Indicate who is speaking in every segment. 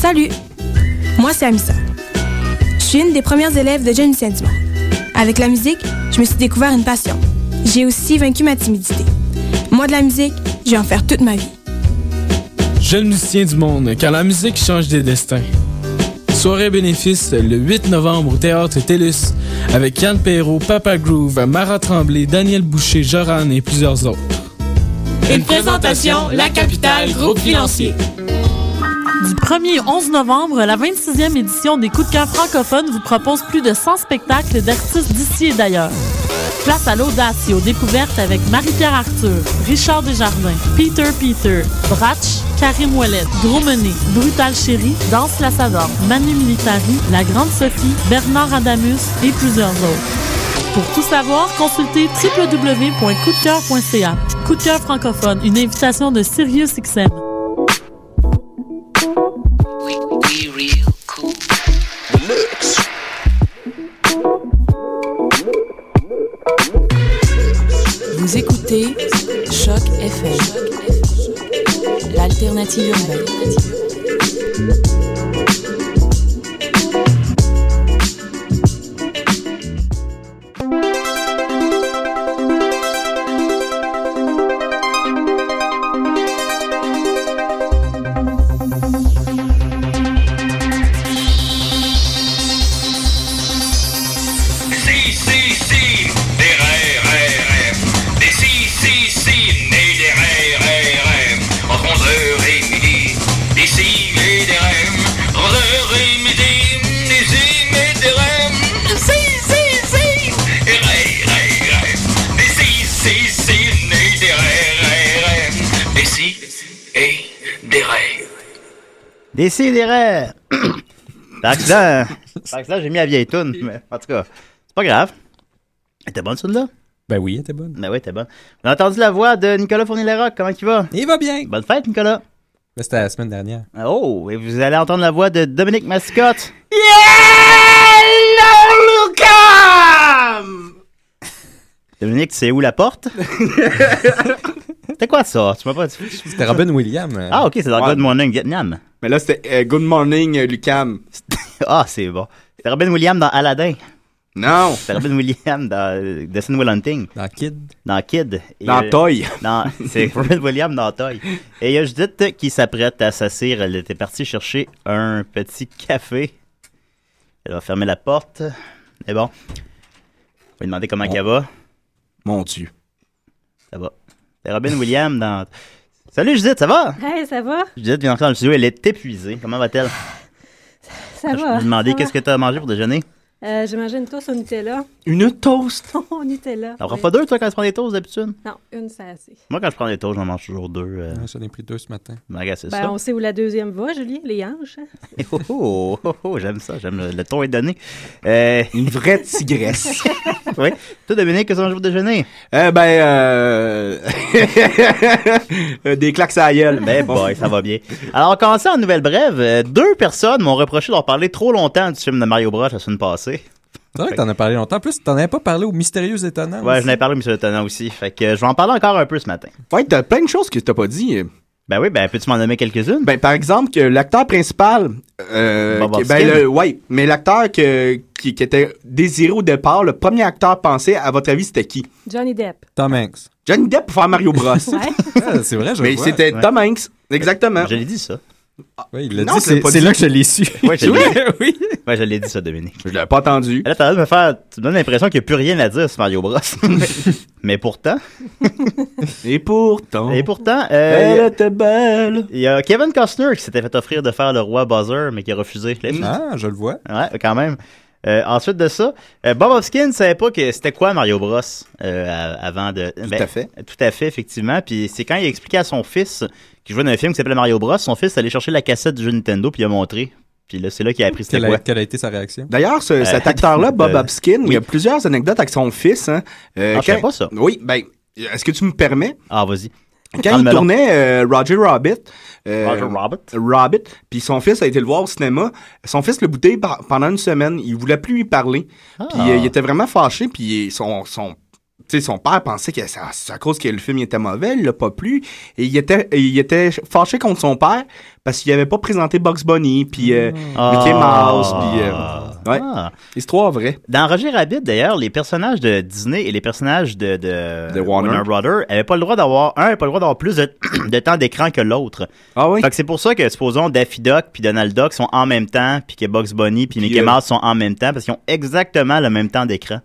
Speaker 1: Salut! Moi, c'est Amissa. Je suis une des premières élèves de Jeune Saint-Dumont. Avec la musique, je me suis découvert une passion. J'ai aussi vaincu ma timidité. Moi, de la musique, je vais en faire toute ma vie.
Speaker 2: Jeunes musiciens du monde, car la musique change des destins. Soirée bénéfice le 8 novembre au Théâtre Télus avec Yann Perrault, Papa Groove, Mara Tremblay, Daniel Boucher, Joran et plusieurs autres.
Speaker 3: Une présentation, La Capitale, groupe financier.
Speaker 4: Du 1er au 11 novembre, la 26e édition des Coups de cœur francophones vous propose plus de 100 spectacles d'artistes d'ici et d'ailleurs. Place à l'audace et aux découvertes avec Marie-Pierre Arthur, Richard Desjardins, Peter Peter, Bratch, Karim Ouellet, Dromené, Brutal Chéri, Danse la Savante, Manu Militari, La Grande Sophie, Bernard Adamus et plusieurs autres. Pour tout savoir, consultez www.coupdecoeur.ca. Coup de cœur francophone, une invitation de Sirius XM.
Speaker 5: Vous écoutez Choc FM, l'alternative urbaine.
Speaker 6: Si, si, si, des RRRM. Des si, si, si, nés des RRRM. Entre 11h et midi, des si et des REM. Entre 11h et midi, des si et des REM. Si, si, si, des RRRM. Des si, si, si, nés des RRRM. Des si et des RRRM.
Speaker 7: Décidérez! Fait que là, fait que là, j'ai mis la vieille toune, mais en tout cas, c'est pas grave. Elle était bonne, celle-là?
Speaker 8: Ben oui, elle était bonne.
Speaker 7: Ben oui, elle était bonne. On a entendu la voix de Nicolas Fournier-Larocque, comment il va?
Speaker 8: Il va bien.
Speaker 7: Bonne fête, Nicolas!
Speaker 8: Mais c'était la semaine dernière.
Speaker 7: Oh, et vous allez entendre la voix de Dominique Mascotte. Dominique, c'est où la porte? C'était quoi ça? Tu m'as pas dit.
Speaker 8: C'était Robin Williams. euh,
Speaker 7: Ah, ok, c'est dans
Speaker 9: Ouais.
Speaker 7: Good Morning Vietnam.
Speaker 9: Mais là, c'était euh, Good Morning, euh, Lucam.
Speaker 7: Ah, c'est bon. C'était Robin Williams dans Aladdin.
Speaker 9: Non,
Speaker 7: C'était Robin Williams dans euh, The Sin Will Hunting,
Speaker 8: Dans Kid.
Speaker 7: dans Kid. Et,
Speaker 9: dans
Speaker 7: euh,
Speaker 9: Toy.
Speaker 7: Non, c'est Robin Williams dans Toy. Et il y a Judith qui s'apprête à s'asseoir. Elle était partie chercher un petit café. Elle va fermer la porte. Mais bon, on va lui demander comment elle va.
Speaker 9: Mon Dieu.
Speaker 7: Ça va. C'est Robin Williams dans... Salut Judith, ça va?
Speaker 10: Hey, ça va?
Speaker 7: Judith vient encore dans le studio, elle est épuisée. Comment va-t-elle?
Speaker 10: Ça
Speaker 7: je
Speaker 10: va.
Speaker 7: lui ai demandé
Speaker 10: ça
Speaker 7: qu'est-ce que tu as mangé pour déjeuner.
Speaker 10: va. Euh, J'ai mangé une toast au Nutella.
Speaker 9: Une toast.
Speaker 10: au Nutella.
Speaker 7: T'en prends pas deux, toi, quand tu prends des toasts d'habitude?
Speaker 10: Non, une, c'est assez.
Speaker 7: Moi, quand je prends des toasts, j'en mange toujours deux. Euh,
Speaker 8: Ah, J'en ai pris deux ce matin.
Speaker 7: regarde, c'est
Speaker 10: Ben,
Speaker 7: ça.
Speaker 10: on sait où la deuxième va, Julien, les hanches. hein?
Speaker 7: Oh, oh, oh, oh, j'aime ça, j'aime le, le ton est donné. Euh,
Speaker 9: Une vraie tigresse.
Speaker 7: oui. Toi, Dominique, qu'est-ce que tu manges pour déjeuner?
Speaker 9: eh ben, euh... des claques à la gueule.
Speaker 7: Ben boy, ça va bien. Alors, commençons en nouvelle brève. Euh, Deux personnes m'ont reproché de leur parler trop longtemps du film de Mario Bros la semaine passée.
Speaker 8: C'est vrai que t'en as parlé longtemps. En plus, t'en avais pas parlé aux mystérieux étonnants.
Speaker 7: Ouais,
Speaker 8: aussi.
Speaker 7: je n'ai parlé, Monsieur le Tenant, aussi. Fait que euh, je vais en parler encore un peu ce matin.
Speaker 9: Ouais, t'as plein de choses que t'as pas dit.
Speaker 7: Ben oui, ben peux-tu m'en nommer quelques-unes?
Speaker 9: Ben, par exemple, que l'acteur principal. Euh,
Speaker 7: Bob
Speaker 9: que- ben,
Speaker 7: Hoskins.
Speaker 9: le, ouais, mais l'acteur que, qui, qui était désiré au départ, le premier acteur pensé, à votre avis, c'était qui
Speaker 10: Johnny Depp.
Speaker 8: Tom Hanks.
Speaker 9: Johnny Depp pour faire Mario Bros.
Speaker 8: Ah, c'est vrai, je
Speaker 9: Mais
Speaker 8: le vois.
Speaker 9: c'était
Speaker 8: Ouais.
Speaker 9: Tom Hanks. Exactement.
Speaker 7: Je l'ai dit, ça.
Speaker 8: Oui, il
Speaker 9: l'a dit, c'est- c'est là que je l'ai su.
Speaker 7: Ouais, je l'ai
Speaker 9: C'est
Speaker 7: dit.
Speaker 9: vrai?
Speaker 8: oui.
Speaker 7: Ouais, je l'ai dit, ça, Dominique.
Speaker 9: Je l'avais pas entendu.
Speaker 7: Là, t'as l'air de me faire. Tu me donnes l'impression qu'il n'y a plus rien à dire sur Mario Bros. Mais pourtant.
Speaker 9: Et pourtant.
Speaker 7: Et pourtant.
Speaker 9: Elle
Speaker 7: était belle. Il y a Kevin Costner qui s'était fait offrir de faire le roi Buzzer, mais qui a refusé.
Speaker 8: Ah, je le vois.
Speaker 7: Ouais, quand même. Euh, ensuite de ça, euh, Bob Hoskins ne savait pas que c'était quoi Mario Bros euh, à- avant de. Tout
Speaker 9: à fait.
Speaker 7: Tout à fait, effectivement. Puis c'est quand il a expliqué à son fils qui jouait dans un film qui s'appelait Mario Bros, son fils allait chercher la cassette du jeu Nintendo puis il a montré. Puis là, c'est là qu'il a appris c'était
Speaker 8: Quelle
Speaker 7: quoi.
Speaker 8: a, quelle a été sa réaction?
Speaker 9: D'ailleurs, ce-
Speaker 7: Euh,
Speaker 9: cet acteur-là, Bob
Speaker 7: euh,
Speaker 9: Hopkins, il y a
Speaker 7: oui.
Speaker 9: plusieurs anecdotes avec son fils. Hein. Euh,
Speaker 7: Ah, je savais pas ça.
Speaker 9: Oui, ben, est-ce que tu me permets?
Speaker 7: Ah, vas-y. Prends
Speaker 9: Quand
Speaker 7: le
Speaker 9: il
Speaker 7: melon.
Speaker 9: tournait euh, Roger Rabbit, euh,
Speaker 7: Roger Rabbit.
Speaker 9: Rabbit, puis son fils a été le voir au cinéma. Son fils le boutait par- pendant une semaine. Il voulait plus lui parler. Puis euh, il était vraiment fâché. Puis son, son, tu sais, son père pensait que c'est à- c'est à cause que le film il était mauvais, il l'a pas plu. Et il était, et il était fâché contre son père parce qu'il avait pas présenté Bugs Bunny, puis euh, Mickey Mouse,
Speaker 7: Ah.
Speaker 9: puis... euh, ouais. Histoire vraie.
Speaker 7: Dans Roger Rabbit, d'ailleurs, les personnages de Disney et les personnages de, de,
Speaker 9: Warner.
Speaker 7: Brother n'avaient pas le droit d'avoir un, n'avait pas le droit d'avoir plus de, de temps d'écran que l'autre.
Speaker 9: Ah oui.
Speaker 7: Fait que c'est pour ça que, supposons, Daffy Duck puis Donald Duck sont en même temps, puis que Bugs Bunny puis Mickey
Speaker 8: euh,
Speaker 7: Mouse sont en même temps, parce qu'ils ont exactement le même temps d'écran.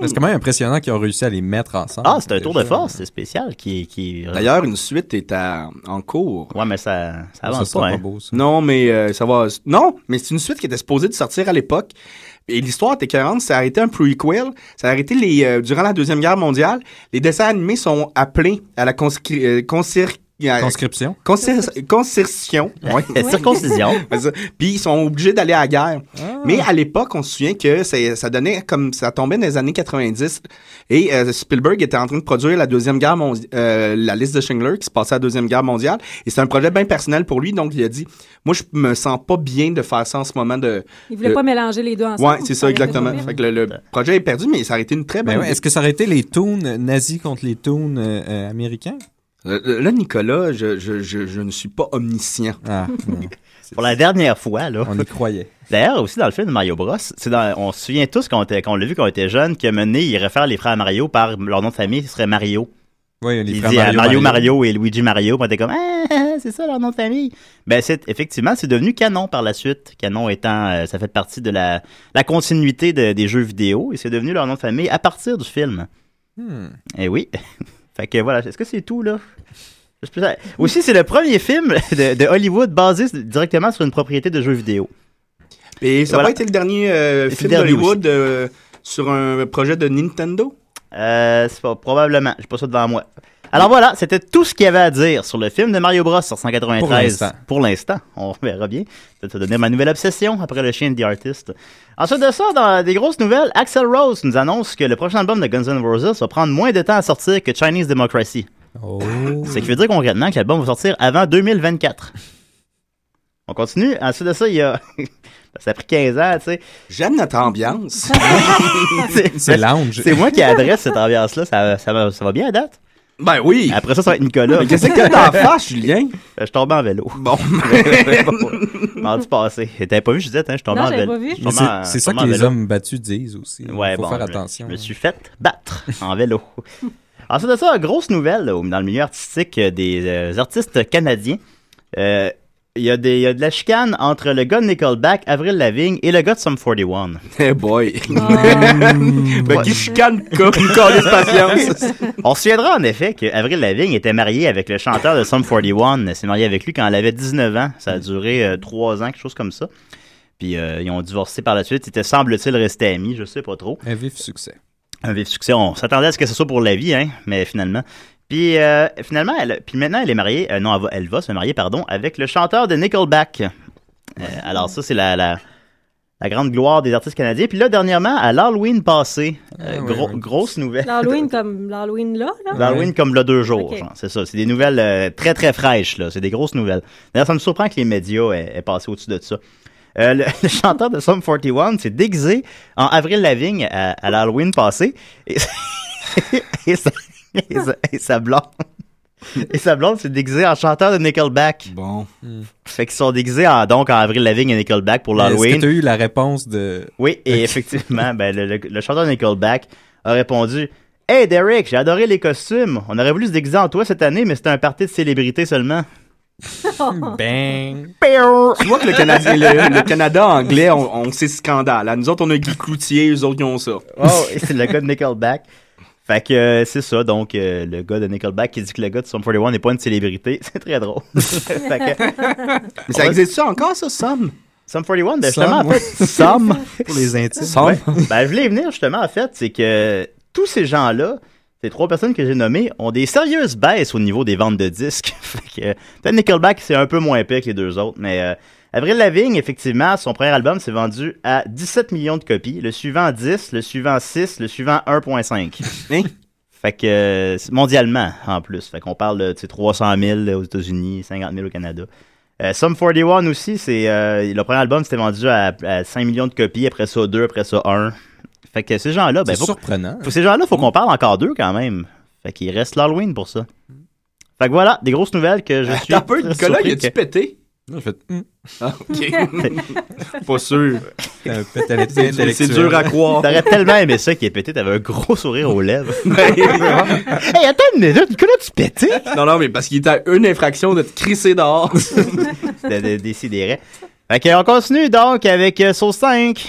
Speaker 8: C'est quand même impressionnant qu'ils ont réussi à les mettre ensemble.
Speaker 7: Ah, c'est un tour de
Speaker 8: Déjà.
Speaker 7: force, c'est spécial. Qui, qui...
Speaker 9: D'ailleurs, une suite est à- en cours.
Speaker 7: Ouais, mais ça, ça avance
Speaker 9: sera
Speaker 7: pas, hein.
Speaker 9: Non, mais euh, ça va. Non, mais c'est une suite qui était supposée de sortir à l'époque. Et l'histoire était cohérente, ça a été un prequel, ça a arrêté les, euh, durant la Deuxième Guerre mondiale. Les dessins animés sont appelés à la conscri- euh, conscir- euh,
Speaker 8: Conscription.
Speaker 9: conscir- Conscription. Ouais.
Speaker 7: Circoncision.
Speaker 9: C'est ça. Puis ils sont obligés d'aller à la guerre. Mais à l'époque, on se souvient que c'est- ça donnait comme ça tombait dans les années 90 et euh, Spielberg était en train de produire la deuxième guerre mondiale, la liste de Schindler qui se passait à la deuxième guerre mondiale et c'est un projet bien personnel pour lui donc il a dit moi je me sens pas bien de faire ça en ce moment de
Speaker 10: Il voulait
Speaker 9: de-
Speaker 10: pas mélanger les deux ensemble.
Speaker 9: Ouais, c'est ça exactement.
Speaker 10: aurait fait
Speaker 9: Fait que le, le projet est perdu mais ça a été une très
Speaker 8: Mais
Speaker 9: bonne
Speaker 8: ouais, Est-ce que ça aurait été les toons nazis contre les toons euh, euh, américains?
Speaker 9: Euh, Là, Nicolas, je, je- je- je ne suis pas omniscient.
Speaker 7: Pour la dernière fois, là.
Speaker 8: On y croyait.
Speaker 7: D'ailleurs, aussi dans le film de Mario Bros, c'est dans- on se souvient tous qu'on était- qu'on l'a vu quand on était jeune, que mené, il réfère les frères Mario par leur nom de famille, ce serait Mario.
Speaker 8: Oui, les
Speaker 7: il
Speaker 8: frères
Speaker 7: dit
Speaker 8: Mario,
Speaker 7: Mario, Mario,
Speaker 8: Mario.
Speaker 7: et Luigi Mario, puis on était comme, Ah, ah, c'est ça leur nom de famille. Ben, c'est, effectivement, c'est devenu canon par la suite. Canon étant, euh, ça fait partie de la, la continuité de- des jeux vidéo, et c'est devenu leur nom de famille à partir du film.
Speaker 8: Hmm.
Speaker 7: Eh oui. fait que voilà, est-ce que c'est tout, là? Je peux- Aussi, c'est le premier film de, de Hollywood basé directement sur une propriété de jeux vidéo.
Speaker 9: Et ça n'a
Speaker 7: Voilà.
Speaker 9: pas été le dernier euh,
Speaker 7: le
Speaker 9: film
Speaker 7: dernier
Speaker 9: d'Hollywood euh, sur un projet de Nintendo?
Speaker 7: Euh, c'est pas, probablement. J'ai pas ça devant moi. Alors voilà, c'était tout ce qu'il y avait à dire sur le film de Mario Bros sur 193.
Speaker 8: Pour l'instant.
Speaker 7: Pour l'instant. On verra bien. Ça va devenir ma nouvelle obsession après le chien de The Artist. Ensuite de ça, dans des grosses nouvelles, Axel Rose nous annonce que le prochain album de Guns N' Roses va prendre moins de temps à sortir que Chinese Democracy.
Speaker 8: Oh.
Speaker 7: Ce qui veut dire concrètement que l'album va sortir avant 2024. On continue. Ensuite de ça, il y a. ça a pris 15 ans, tu sais.
Speaker 9: J'aime notre ambiance.
Speaker 8: C'est lounge.
Speaker 7: C'est moi qui adresse cette ambiance-là. Ça, ça, va- ça va bien à date?
Speaker 9: Ben oui.
Speaker 7: Après ça, ça va être Nicolas.
Speaker 9: Mais Qu'est-ce que t'en fasses, Julien?
Speaker 7: Je suis tombé en vélo.
Speaker 9: Bon.
Speaker 7: Bon. Mardi passé. T'avais pas vu, je disais, hein, je suis tombé
Speaker 10: Non,
Speaker 7: en
Speaker 10: j'avais
Speaker 7: vélo.
Speaker 10: pas vu.
Speaker 7: Je suis
Speaker 8: Mais
Speaker 7: tombé en-
Speaker 8: c'est- C'est ça
Speaker 7: tombé
Speaker 8: que
Speaker 7: en
Speaker 8: les
Speaker 7: vélo.
Speaker 8: hommes battus disent aussi. Il
Speaker 7: Ouais,
Speaker 8: faut
Speaker 7: bon,
Speaker 8: faire
Speaker 7: je me-
Speaker 8: attention.
Speaker 7: Je me suis fait battre en vélo. Ensuite de ça, grosse nouvelle là, dans le milieu artistique euh, des euh, artistes canadiens. Euh, Il y, a des- il y a de la chicane entre le gars de Nickelback, Avril Lavigne, et le gars de Sum 41.
Speaker 9: Hey boy. ben, qui chicane comme une calisse patience.
Speaker 7: On se souviendra en effet que Avril Lavigne était mariée avec le chanteur de Sum 41. Elle s'est mariée avec lui quand elle avait 19 ans. Ça a duré 3 ans, quelque chose comme ça. Puis euh, ils ont divorcé par la suite. Ils étaient, semble-t-il, restés amis, je sais pas trop.
Speaker 8: Un vif succès.
Speaker 7: Un vif succès. On s'attendait à ce que ce soit pour la vie, hein, mais finalement. Puis euh, finalement, elle, puis maintenant, elle est mariée. euh, non, elle va, elle va se marier, pardon, avec le chanteur de Nickelback. Euh, alors ça, c'est la, la, la grande gloire des artistes canadiens. Puis là, dernièrement, à l'Halloween passé, euh,
Speaker 8: Ah, oui,
Speaker 7: gro-
Speaker 8: oui.
Speaker 7: grosse nouvelle.
Speaker 10: L'Halloween comme l'Halloween là, là.
Speaker 7: L'Halloween comme là deux jours,
Speaker 10: Ok.
Speaker 7: genre, c'est ça. C'est des nouvelles euh, très très fraîches, là. C'est des grosses nouvelles. D'ailleurs, ça me surprend que les médias aient, aient passé au-dessus de ça. Euh, le, le chanteur de Sum 41 s'est déguisé en Avril Lavigne à, à l'Halloween passé. Et, et sa, et sa- et sa blonde. Et sa blonde s'est déguisée en chanteur de Nickelback. Mm.
Speaker 9: Bon.
Speaker 7: Fait qu'ils sont déguisés en, donc en Avril Lavigne et Nickelback pour
Speaker 8: Est-ce que
Speaker 7: l'Halloween.
Speaker 8: tu as eu la réponse de.
Speaker 7: Oui, et effectivement, ben, le, le- le chanteur Nickelback a répondu Hey Derek, j'ai adoré les costumes. On aurait voulu se déguiser en toi cette année, mais c'était un party de célébrités seulement.
Speaker 8: Bang!
Speaker 9: Tu vois que le, Canada, le, le Canada anglais, on, on sait scandale. À nous autres, on a Guy Cloutier, eux autres, ils ont ça.
Speaker 7: Oh, et c'est le gars de Nickelback. Fait que euh, c'est ça, donc euh, le gars de Nickelback qui dit que le gars de Sum 41 n'est pas une célébrité, c'est très drôle. Fait que-
Speaker 9: Mais ça existe ça encore, ça, Sam?
Speaker 7: Sum 41, ben
Speaker 9: Sum,
Speaker 7: justement, en
Speaker 9: ouais.
Speaker 7: fait, Sum.
Speaker 8: Pour les intimes.
Speaker 7: Sum. Ouais. Ben, je voulais y venir, justement, en fait, c'est que tous ces gens-là, ces trois personnes que j'ai nommées, ont des sérieuses baisses au niveau des ventes de disques. fait que, euh, peut-être Nickelback, c'est un peu moins pire que les deux autres, mais euh, Avril Lavigne, effectivement, son premier album s'est vendu à 17 millions de copies, le suivant 10, le suivant 6, le suivant 1.5.
Speaker 9: Hein?
Speaker 7: Fait que euh, c'est mondialement, en plus. Fait qu'on parle de tu sais, 300 000 aux États-Unis, 50 000 au Canada. Euh, Sum 41 aussi, c'est euh, le premier album s'était vendu à, à 5 millions de copies, après ça 2, après ça 1. Fait que ces gens-là, ben,
Speaker 8: C'est
Speaker 7: faut-
Speaker 9: hein.
Speaker 8: surprenant.
Speaker 7: faut- ces gens-là, faut qu'on parle encore d'eux quand même. Fait qu'il reste l'Halloween pour ça. Fait que voilà, des grosses nouvelles que je suis.
Speaker 9: Ah, T'as peur,
Speaker 7: très
Speaker 9: Nicolas,
Speaker 7: surpris
Speaker 9: il a-tu
Speaker 7: que-
Speaker 9: pété?
Speaker 8: Non, je fais.
Speaker 9: Ah, ok. Pas sûr.
Speaker 8: Ben,
Speaker 9: C'est- c'est dur à croire.
Speaker 7: T'aurais tellement aimé ça qu'il ait pété, t'avais un gros sourire aux lèvres. hey, attends une minute, Nicolas, tu pétais?
Speaker 9: Non, non, mais parce qu'il était à une infraction de te crisser dehors.
Speaker 7: de, de- décidérait. Fait que, on continue donc avec euh, Sauce 5.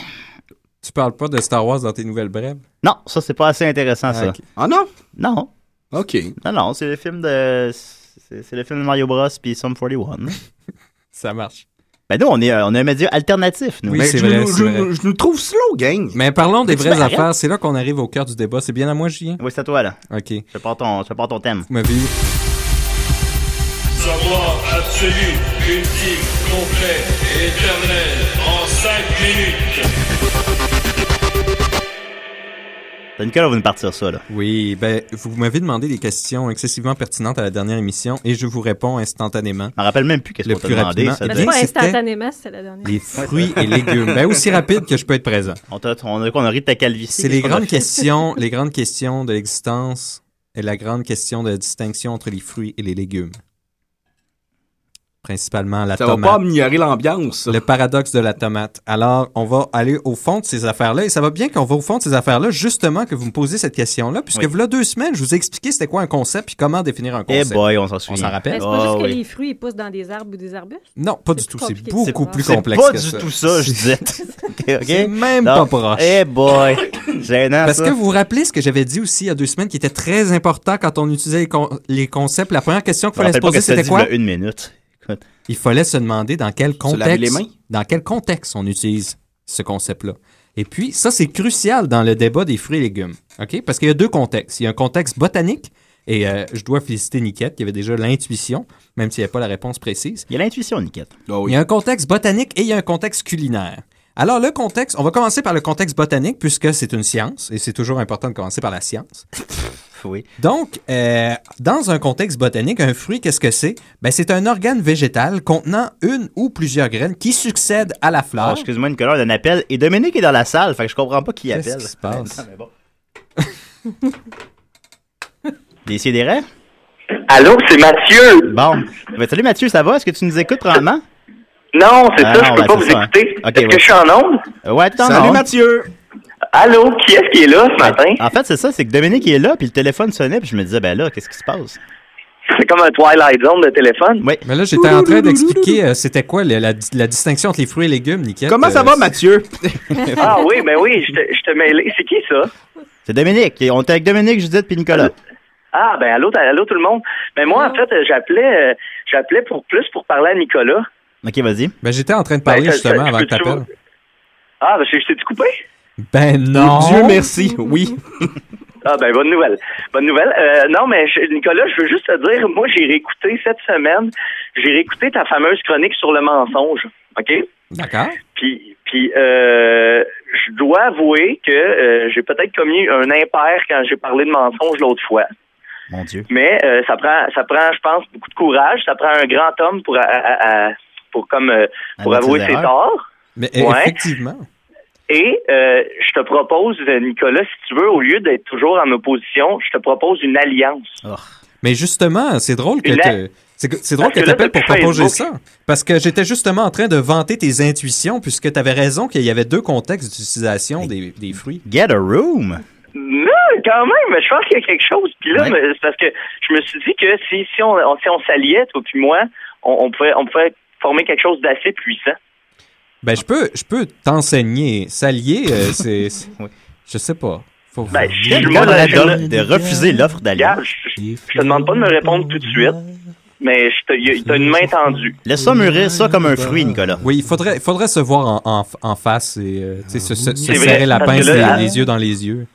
Speaker 8: Tu parles pas de Star Wars dans tes nouvelles brèves?
Speaker 7: Non, ça c'est pas assez intéressant ça.
Speaker 8: Ah, ok. Ah, non?
Speaker 7: Non.
Speaker 9: OK.
Speaker 7: Non, non, c'est le film de. C'est c'est le film de Mario Bros. puis Sum 41.
Speaker 8: ça marche.
Speaker 7: Ben nous, on est, euh, on est un média alternatif, nous.
Speaker 8: Oui, c'est vrai, c'est vrai.
Speaker 9: nous trouve slow, gang.
Speaker 8: Mais parlons des
Speaker 7: Tu
Speaker 8: vraies
Speaker 7: m'arrêtes?
Speaker 8: affaires. C'est là qu'on arrive au cœur du débat. C'est bien à moi, Julien?
Speaker 7: Oui, c'est à toi, là.
Speaker 8: OK.
Speaker 7: Je pars ton, je pars ton thème.
Speaker 8: Vous m'avez eu.
Speaker 6: Savoir absolu, ultime, complet et éternel en 5 minutes.
Speaker 7: Nicolas va nous partir ça, là.
Speaker 8: Oui, ben, vous m'avez demandé des questions excessivement pertinentes à la dernière émission et je vous réponds instantanément.
Speaker 7: Je me rappelle même plus qu'est-ce
Speaker 8: Le
Speaker 7: qu'on t'a
Speaker 8: plus
Speaker 7: demandé,
Speaker 8: rapidement.
Speaker 7: ça
Speaker 8: Eh
Speaker 10: Ben,
Speaker 8: bien,
Speaker 10: c'est pas
Speaker 8: c'était
Speaker 10: instantanément, c'est la dernière.
Speaker 8: Les fruits et légumes. Ben, aussi rapide que je peux être présent.
Speaker 7: On, t'a- on, a, on a ri de ta calvitie.
Speaker 8: C'est les
Speaker 7: qu'est-ce qu'on a
Speaker 8: grandes
Speaker 7: fait?
Speaker 8: questions, les grandes questions de l'existence et la grande question de la distinction entre les fruits et les légumes. Principalement la
Speaker 9: Ça va
Speaker 8: tomate.
Speaker 9: pas améliorer l'ambiance. ça.
Speaker 8: Le paradoxe de la tomate. Alors, on va aller au fond de ces affaires-là. Et ça va bien qu'on va au fond de ces affaires-là, justement, que vous me posez cette question-là, puisque
Speaker 7: Oui.
Speaker 8: voilà deux semaines, je vous ai expliqué c'était quoi un concept puis comment définir un
Speaker 7: Eh
Speaker 8: concept.
Speaker 7: boy, on s'en souvient.
Speaker 8: On s'en rappelle?
Speaker 10: Ben, c'est pas juste
Speaker 7: Ah,
Speaker 10: que
Speaker 7: oui.
Speaker 10: les fruits ils poussent dans des arbres ou des arbustes.
Speaker 8: Non, pas du
Speaker 10: C'est
Speaker 8: tout.
Speaker 10: plus compliqué que
Speaker 8: C'est beaucoup
Speaker 10: ça.
Speaker 8: plus
Speaker 7: C'est
Speaker 8: complexe
Speaker 7: pas
Speaker 8: que
Speaker 7: du
Speaker 8: ça.
Speaker 7: tout ça, je disais. OK, OK?
Speaker 8: C'est même
Speaker 7: Non.
Speaker 8: pas proche.
Speaker 7: Eh boy, gênant,
Speaker 8: Parce
Speaker 7: ça.
Speaker 8: que vous vous rappelez ce que j'avais dit aussi il y a deux semaines qui était très important quand on utilisait les, con- les concepts. La première question qu'il
Speaker 7: Je me
Speaker 8: fallait se
Speaker 7: rappelle pas
Speaker 8: poser,
Speaker 7: qu'est-ce que t'as
Speaker 8: c'était
Speaker 7: dit,
Speaker 8: quoi?
Speaker 7: il y a une minute. Écoute.
Speaker 8: Il fallait se demander dans quel
Speaker 9: laver
Speaker 8: contexte,
Speaker 9: les mains?
Speaker 8: dans quel contexte on utilise ce concept-là. Et puis, ça, c'est crucial dans le débat des fruits et légumes. OK? Parce qu'il y a deux contextes. Il y a un contexte botanique, et euh, je dois féliciter Niquette, qui avait déjà l'intuition, même s'il n'y avait pas la réponse précise.
Speaker 7: Il y a l'intuition, Niquette.
Speaker 9: Ah oui.
Speaker 8: Il y a un contexte botanique et il y a un contexte culinaire. Alors, le contexte, on va commencer par le contexte botanique, puisque c'est une science, et c'est toujours important de commencer par la science.
Speaker 7: Oui.
Speaker 8: Donc, euh, dans un contexte botanique, un fruit, qu'est-ce que c'est? Ben, c'est un organe végétal contenant une ou plusieurs graines qui succèdent à la
Speaker 7: Ah,
Speaker 8: fleur.
Speaker 7: excuse-moi, Nicolas, on a un appel. Et Dominique est dans la salle, fait que je comprends pas qui
Speaker 8: Qu'est-ce
Speaker 7: appelle.
Speaker 8: qui se passe?
Speaker 7: Non, mais bon. Décidérez?
Speaker 11: Allô, c'est Mathieu.
Speaker 7: Bon. Ben, salut Mathieu, ça va? Est-ce que tu nous écoutes probablement?
Speaker 11: Non, c'est
Speaker 7: Ah
Speaker 11: ça,
Speaker 7: non,
Speaker 11: je peux
Speaker 7: ben,
Speaker 11: pas
Speaker 7: c'est
Speaker 11: vous
Speaker 7: ça, hein.
Speaker 11: écouter.
Speaker 7: Ok,
Speaker 11: Est-ce
Speaker 7: ouais.
Speaker 11: que je suis en onde?
Speaker 7: Euh, Ouais, t'es en
Speaker 9: Salut
Speaker 7: onde. Ben,
Speaker 9: Mathieu!
Speaker 11: Allô, qui est-ce qui est là ce matin?
Speaker 7: En fait, c'est ça, c'est que Dominique est là, puis le téléphone sonnait, puis je me disais, ben là, qu'est-ce qui se passe?
Speaker 11: C'est comme un Twilight Zone de téléphone.
Speaker 7: Oui.
Speaker 8: Mais là, j'étais en train d'expliquer euh, c'était quoi le- la, la distinction entre les fruits et légumes, Niquette.
Speaker 9: Comment ça
Speaker 8: Euh,
Speaker 9: va, Mathieu?
Speaker 11: Ah oui, ben oui, je te, je te mêlais. C'est qui ça?
Speaker 7: C'est Dominique. Et on était avec Dominique, Judith, puis Nicolas.
Speaker 11: Ah ben allô, t- allô tout le monde. Mais
Speaker 8: Ah.
Speaker 11: moi en fait, euh, j'appelais euh, j'appelais pour plus pour parler à Nicolas.
Speaker 7: Ok, vas-y.
Speaker 8: Ben, j'étais en train de parler
Speaker 11: Ben, ça-
Speaker 8: justement
Speaker 11: ça-
Speaker 8: avant que
Speaker 11: peux-tu-
Speaker 8: t'appelles.
Speaker 11: Ah ben je je t'ai-tu coupé?
Speaker 8: Ben non!
Speaker 9: Dieu merci, oui.
Speaker 11: Ah ben bonne nouvelle. Bonne nouvelle. Euh, non mais je- Nicolas, je veux juste te dire, moi j'ai réécouté cette semaine, j'ai réécouté ta fameuse chronique sur le mensonge. OK?
Speaker 8: D'accord.
Speaker 11: Puis, puis euh, je dois avouer que euh, j'ai peut-être commis un impair quand j'ai parlé de mensonge l'autre fois.
Speaker 7: Mon Dieu.
Speaker 11: Mais euh, ça prend, ça prend, je pense, beaucoup de courage. Ça prend un grand homme pour, à- à- à- pour comme euh, pour
Speaker 7: Admettre
Speaker 11: avouer
Speaker 7: ses
Speaker 11: ses
Speaker 7: erreurs.
Speaker 11: torts.
Speaker 8: Mais euh,
Speaker 11: Ouais.
Speaker 8: effectivement.
Speaker 11: Et euh, je te propose, euh, Nicolas, si tu veux, au lieu d'être toujours en opposition, je te propose une alliance.
Speaker 8: Mais justement, c'est drôle que
Speaker 11: Une
Speaker 8: te-
Speaker 11: a-
Speaker 8: c'est que- c'est drôle
Speaker 11: Parce
Speaker 8: que
Speaker 11: que là,
Speaker 8: t'appelles pour
Speaker 11: depuis
Speaker 8: proposer ça.
Speaker 11: Facebook-
Speaker 8: Parce que j'étais justement en train de vanter tes intuitions puisque t'avais raison qu'il y avait deux contextes d'utilisation des, des fruits.
Speaker 7: Get a room.
Speaker 11: Non, quand même, mais je pense qu'il y a quelque chose. Puis là, mais c'est parce que je me suis dit que si, si on, on- si on s'alliait, toi puis moi, on, on pouvait, on pouvait former quelque chose d'assez puissant.
Speaker 8: Ben, je peux, je peux t'enseigner. S'allier, euh, c'est. c'est- Je sais pas. Faut...
Speaker 11: Ben, je suis moi, là, je- Regarde, je- Je je te demande pas de me répondre tout de suite, mais je te- y a- t'as une main tendue.
Speaker 7: Laisse ça mûrir, ça, comme un fruit, Nicolas.
Speaker 8: Oui, il faudrait, faudrait se voir en, en, en face et euh,
Speaker 9: Ah
Speaker 8: tu sais, se, se- se
Speaker 11: C'est vrai,
Speaker 8: serrer la
Speaker 11: parce que
Speaker 8: pince
Speaker 11: là,
Speaker 8: les,
Speaker 11: à-
Speaker 8: les yeux dans les yeux.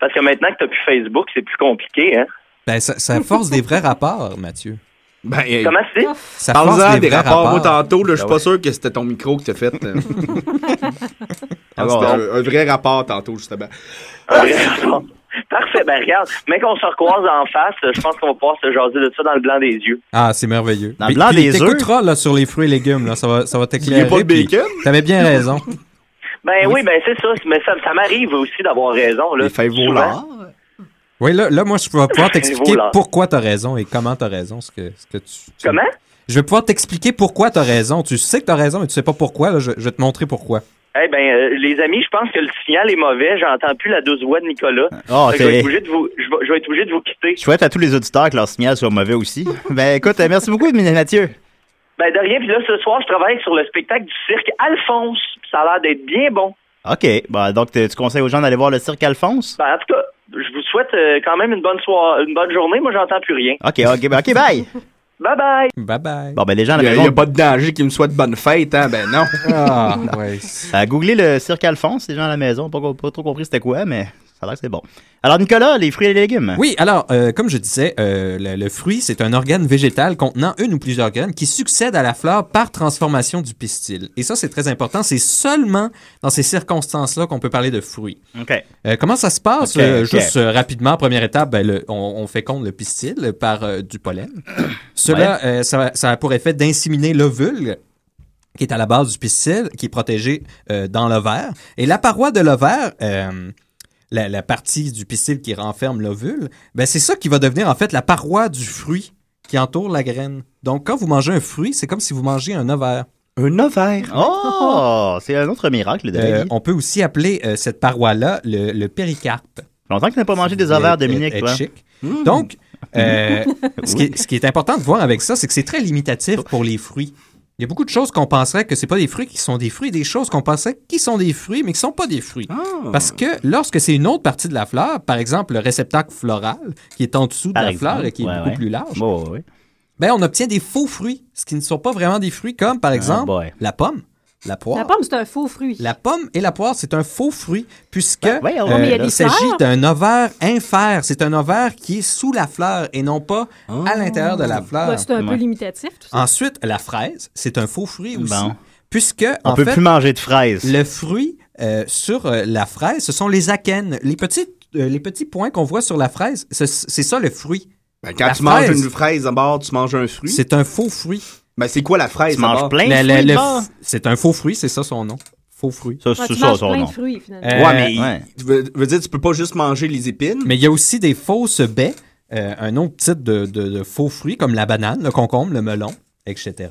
Speaker 11: Parce que maintenant que t'as plus Facebook, c'est plus compliqué, hein?
Speaker 8: Ben, ça, ça force des vrais rapports, Mathieu.
Speaker 11: Comment c'est?
Speaker 8: Ça
Speaker 9: Parle-en
Speaker 8: force
Speaker 9: des
Speaker 8: vrais
Speaker 9: rapports, moi,
Speaker 8: rapports.
Speaker 9: tantôt, là, je suis
Speaker 8: Ah
Speaker 9: pas
Speaker 8: ouais.
Speaker 9: sûr que c'était ton micro que t'as fait. euh. Ah,
Speaker 11: bon,
Speaker 9: c'était
Speaker 11: bon.
Speaker 9: un, un vrai rapport tantôt, justement.
Speaker 11: Ah, Parfait, ben regarde, mais qu'on se recroise en face, je pense qu'on va pouvoir se jaser de ça dans le blanc des yeux.
Speaker 8: Ah, c'est merveilleux.
Speaker 7: Dans
Speaker 8: Puis-
Speaker 7: le blanc
Speaker 8: puis
Speaker 7: des œufs.
Speaker 8: t'écouteras, là, sur les fruits et légumes, là, ça va, ça va t'éclairer.
Speaker 7: Il y a pas de
Speaker 8: puis
Speaker 7: bacon?
Speaker 8: T'avais bien raison.
Speaker 11: Ben oui, ben c'est ça, mais ça, ça m'arrive aussi d'avoir raison. Là, souvent.
Speaker 8: Oui, là, là, moi, je vais pouvoir t'expliquer
Speaker 11: Voilà.
Speaker 8: pourquoi t'as raison et comment t'as raison. Ce que, ce que tu, tu-
Speaker 11: Comment?
Speaker 8: Je vais pouvoir t'expliquer pourquoi t'as raison. Tu sais que t'as raison et tu sais pas pourquoi. Là, je, je vais te montrer pourquoi.
Speaker 11: Eh ben, euh, les amis, je pense que le signal est mauvais. J'entends plus la douce voix de Nicolas.
Speaker 7: Ah,
Speaker 11: Fait que je, vais
Speaker 7: t'es-
Speaker 11: être obligé de vous, je, vais, je vais être obligé de vous quitter.
Speaker 7: Je souhaite à tous les auditeurs que leur signal soit mauvais aussi. ben écoute, euh, merci beaucoup, Mathieu.
Speaker 11: Ben de rien, puis là, ce soir, je travaille sur le spectacle du cirque Alphonse. Puis Ça a l'air d'être bien bon.
Speaker 7: OK. Ben, donc, t- tu conseilles aux gens d'aller voir le cirque Alphonse?
Speaker 11: Ben, en tout cas, je vous souhaite euh, quand même une bonne soirée, une bonne journée. Moi, j'entends plus rien.
Speaker 7: OK, OK, ben, OK, bye!
Speaker 11: Bye bye!
Speaker 8: Bye bye.
Speaker 7: Bon, ben, les gens à la
Speaker 9: Il n'y a,
Speaker 7: maison-
Speaker 9: il y a pas de danger qu'ils me souhaitent bonne fête, hein? Ben non.
Speaker 8: Ah,
Speaker 7: Non.
Speaker 8: ouais.
Speaker 7: Euh, googlez le cirque Alphonse, les gens à la maison n'ont pas, pas trop compris c'était quoi, mais ça a l'air que c'est bon. Alors, Nicolas, les fruits et les légumes.
Speaker 8: Oui, alors, euh, comme je disais, euh, le, le fruit, c'est un organe végétal contenant une ou plusieurs graines qui succède à la fleur par transformation du pistil. Et ça, c'est très important. C'est seulement dans ces circonstances-là qu'on peut parler de fruits.
Speaker 7: OK.
Speaker 8: Euh, comment ça se passe?
Speaker 7: Ok,
Speaker 8: Euh,
Speaker 7: ok.
Speaker 8: Juste euh, rapidement, première étape, ben, le- on, on féconde le pistil par euh, du pollen. Cela, euh, ça, ça a pour effet d'inséminer l'ovule qui est à la base du pistil, qui est protégé euh, dans l'ovaire. Et la paroi de l'ovaire, euh, la, la partie du pistil qui renferme l'ovule, ben, c'est ça qui va devenir en fait la paroi du fruit qui entoure la graine. Donc quand vous mangez un fruit, c'est comme si vous mangez un ovaire.
Speaker 9: Un ovaire.
Speaker 7: Oh, c'est un autre miracle de la vie.
Speaker 8: Euh, on peut aussi appeler euh, cette paroi-là le, le péricarpe.
Speaker 7: Longtemps que tu n'as pas mangé des ovaires, Dominique, toi.
Speaker 8: chic.
Speaker 7: Mm.
Speaker 8: Donc, euh,
Speaker 7: Oui.
Speaker 8: ce, qui est, ce qui est important de voir avec ça, c'est que c'est très limitatif pour les fruits. Il y a beaucoup de choses qu'on penserait que c'est pas des fruits qui sont des fruits, des choses qu'on pensait qui sont des fruits, mais qui sont pas des fruits. Parce que lorsque c'est une autre partie de la fleur, par exemple le réceptacle floral, qui est en dessous de
Speaker 7: Par
Speaker 8: la
Speaker 7: exemple,
Speaker 8: fleur et qui est
Speaker 7: ouais,
Speaker 8: beaucoup
Speaker 7: ouais.
Speaker 8: plus large,
Speaker 7: Ouais, ouais, ouais.
Speaker 8: ben, on obtient des faux fruits, ce qui ne sont pas vraiment des fruits, comme
Speaker 12: Ah,
Speaker 8: par exemple
Speaker 7: Ah, boy.
Speaker 8: la pomme, la poire.
Speaker 12: La pomme, c'est un faux fruit.
Speaker 8: La pomme et la poire, c'est un faux fruit, puisque
Speaker 12: ouais,
Speaker 8: euh,
Speaker 12: ouais, Ben, mais il y a des
Speaker 8: il s'agit
Speaker 12: fleurs.
Speaker 8: d'un ovaire infère. C'est un ovaire qui est sous la fleur et non pas à l'intérieur de la fleur.
Speaker 12: Ouais, Bah, c'est un peu
Speaker 8: Ouais.
Speaker 12: limitatif. tout ça.
Speaker 8: Ensuite, la fraise, c'est un faux fruit aussi,
Speaker 7: Bon.
Speaker 8: puisque
Speaker 7: On
Speaker 8: en
Speaker 7: peut
Speaker 8: fait,
Speaker 7: plus manger de fraises.
Speaker 8: le fruit euh, sur euh, la fraise, ce sont les akènes, les petits, euh, les petits points qu'on voit sur la fraise. ce- C'est ça le fruit.
Speaker 9: Quand
Speaker 8: La
Speaker 9: tu manges
Speaker 8: fraise,
Speaker 9: une fraise d'abord, tu manges un fruit.
Speaker 8: C'est un faux fruit.
Speaker 9: Ben c'est quoi la fraise
Speaker 8: Tu manges
Speaker 9: d'abord?
Speaker 8: plein de Le- le- fruits le- d'abord? C'est un faux fruit, c'est ça son nom. Faux fruit.
Speaker 7: Ça,
Speaker 12: Ouais, tu manges plein de fruits, finalement.
Speaker 8: Euh,
Speaker 9: ouais, mais
Speaker 8: ouais.
Speaker 9: tu veux, veux dire, tu peux pas juste manger les épines?
Speaker 8: Mais il y a aussi des fausses baies, euh, un autre type de, de- de faux fruits comme la banane, le concombre, le melon, etc.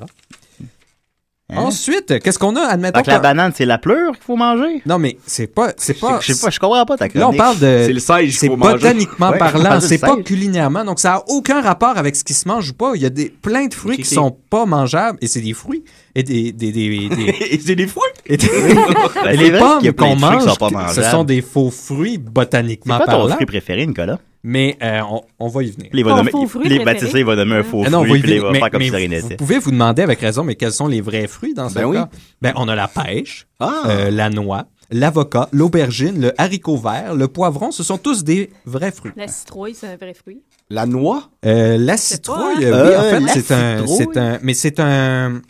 Speaker 8: Hein? Ensuite, qu'est-ce qu'on a, admettons
Speaker 7: Fait que la
Speaker 8: que-
Speaker 7: banane, c'est la pleure qu'il faut manger?
Speaker 8: Non, mais c'est pas... C'est pas
Speaker 7: Je sais pas, je comprends pas ta chronique.
Speaker 8: Là, on parle de. c'est botaniquement
Speaker 7: Ouais,
Speaker 8: parlant,
Speaker 7: manger le
Speaker 8: c'est pas
Speaker 7: seigle.
Speaker 8: culinairement. Donc, ça n'a aucun rapport avec ce qui se mange ou pas. Il y a des, plein de fruits
Speaker 7: Ok,
Speaker 8: qui
Speaker 7: ok.
Speaker 8: sont pas mangeables et c'est des fruits. Et des. des, des, des-
Speaker 9: Et c'est des fruits?
Speaker 8: et des-
Speaker 7: Ben,
Speaker 8: et
Speaker 7: c'est
Speaker 8: les
Speaker 7: vrai qu'il y a
Speaker 8: pommes qu'on
Speaker 7: plein de fruits
Speaker 8: mange,
Speaker 7: qui sont pas
Speaker 8: ce
Speaker 7: mangeables.
Speaker 8: sont des faux fruits
Speaker 7: C'est
Speaker 8: botaniquement
Speaker 7: quoi ton
Speaker 8: parlant.
Speaker 7: fruit préféré, Nicolas?
Speaker 8: Mais euh, on, on va y venir.
Speaker 7: Il va nommer- il- les
Speaker 12: ben,
Speaker 7: baptisés, il va nommer un faux
Speaker 8: Ah non, on
Speaker 7: fruit,
Speaker 8: y
Speaker 7: puis il
Speaker 8: venir.
Speaker 7: va
Speaker 8: Mais-
Speaker 7: faire comme
Speaker 8: mais
Speaker 7: si de rien
Speaker 8: Vous
Speaker 7: n'était.
Speaker 8: pouvez vous demander avec raison, mais quels sont les vrais fruits dans ce
Speaker 7: Ben
Speaker 8: cas?
Speaker 7: oui.
Speaker 8: Ben, on a la pêche,
Speaker 9: Ah.
Speaker 8: euh, la noix, l'avocat, l'aubergine, le haricot vert, le poivron. Ce sont tous des vrais fruits.
Speaker 12: La citrouille, c'est un vrai fruit.
Speaker 9: La noix?
Speaker 8: Euh, la citrouille,
Speaker 9: hein?
Speaker 8: oui,
Speaker 9: Euh,
Speaker 8: en
Speaker 9: la
Speaker 8: fait, c'est un,
Speaker 9: citrouille.
Speaker 8: c'est un... Mais c'est un...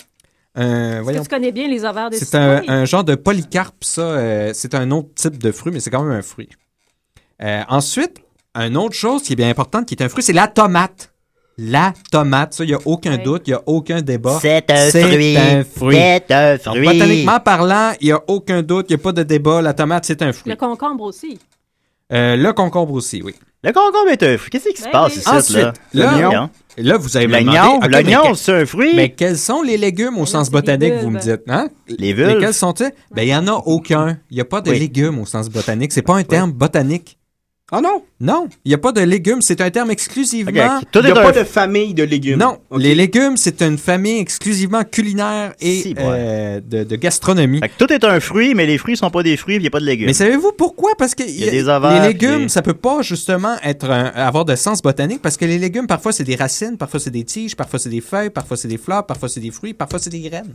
Speaker 8: un-
Speaker 12: Est-ce
Speaker 8: voyons.
Speaker 12: que tu connais bien les ovaires de
Speaker 8: C'est un,
Speaker 12: citrouille?
Speaker 8: un genre de polycarpe, ça. euh, c'est un autre type de fruit, mais c'est quand même un fruit. Euh, ensuite, une autre chose qui est bien importante, qui est un fruit, c'est la tomate. La tomate, ça, il n'y a aucun doute, il n'y a aucun débat.
Speaker 7: C'est un fruit.
Speaker 8: bah, un fruit.
Speaker 7: C'est un
Speaker 8: Donc,
Speaker 7: fruit.
Speaker 8: botaniquement parlant, il n'y a aucun doute, il n'y a pas de débat. La tomate, c'est un fruit.
Speaker 12: Le concombre aussi.
Speaker 8: Euh, le concombre aussi, oui.
Speaker 7: Le concombre est un fruit. Qu'est-ce qui se
Speaker 12: Ben
Speaker 7: passe
Speaker 12: oui.
Speaker 7: ici,
Speaker 8: Ensuite,
Speaker 7: là?
Speaker 8: là, là, vous avez
Speaker 7: L'oignon, l'oignon, c'est un fruit.
Speaker 8: Mais quels sont les légumes au sens botanique, vous me dites? Hein?
Speaker 7: Les vulves.
Speaker 8: Lesquels sont-ils? Ben, il n'y en a aucun. Il n'y a pas de
Speaker 7: Oui.
Speaker 8: légumes au sens botanique. C'est pas un terme botanique.
Speaker 9: Ah non?
Speaker 8: Non, il n'y a pas de légumes, c'est un terme exclusivement.
Speaker 9: Ok, tout est Il y a un- pas de famille de légumes.
Speaker 8: Non, les légumes, c'est une famille exclusivement culinaire et euh, de, de gastronomie.
Speaker 7: tout est un fruit, mais les fruits sont pas des fruits, il n'y a pas de légumes.
Speaker 8: Mais savez-vous pourquoi? Parce que
Speaker 7: y a des ovaires,
Speaker 8: les légumes,
Speaker 7: puis-
Speaker 8: ça peut pas justement être un- avoir de sens botanique parce que les légumes, parfois, c'est des racines, parfois, c'est des tiges, parfois, c'est des feuilles, parfois, c'est des fleurs, parfois, c'est des fruits, parfois, c'est des graines.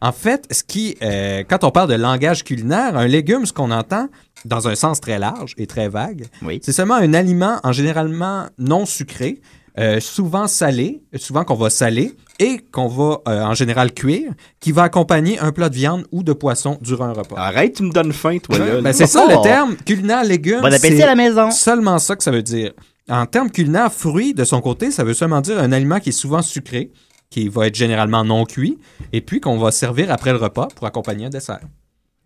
Speaker 8: En fait, ce qui, euh, quand on parle de langage culinaire, un légume, ce qu'on entend dans un sens très large et très vague, c'est seulement un aliment en généralement non sucré, euh, souvent salé, souvent qu'on va saler et qu'on va euh, en général cuire, qui va accompagner un plat de viande ou de poisson durant un repas.
Speaker 9: Arrête, tu me donnes faim, toi. là.
Speaker 8: Ben, c'est ça
Speaker 9: Oh.
Speaker 8: le terme culinaire légumes.
Speaker 9: Bon appétit
Speaker 8: c'est
Speaker 9: à la maison.
Speaker 8: Seulement ça que ça veut dire. En termes culinaires, fruit, de son côté, ça veut seulement dire un aliment qui est souvent sucré, qui va être généralement non cuit, et puis qu'on va servir après le repas pour accompagner un dessert.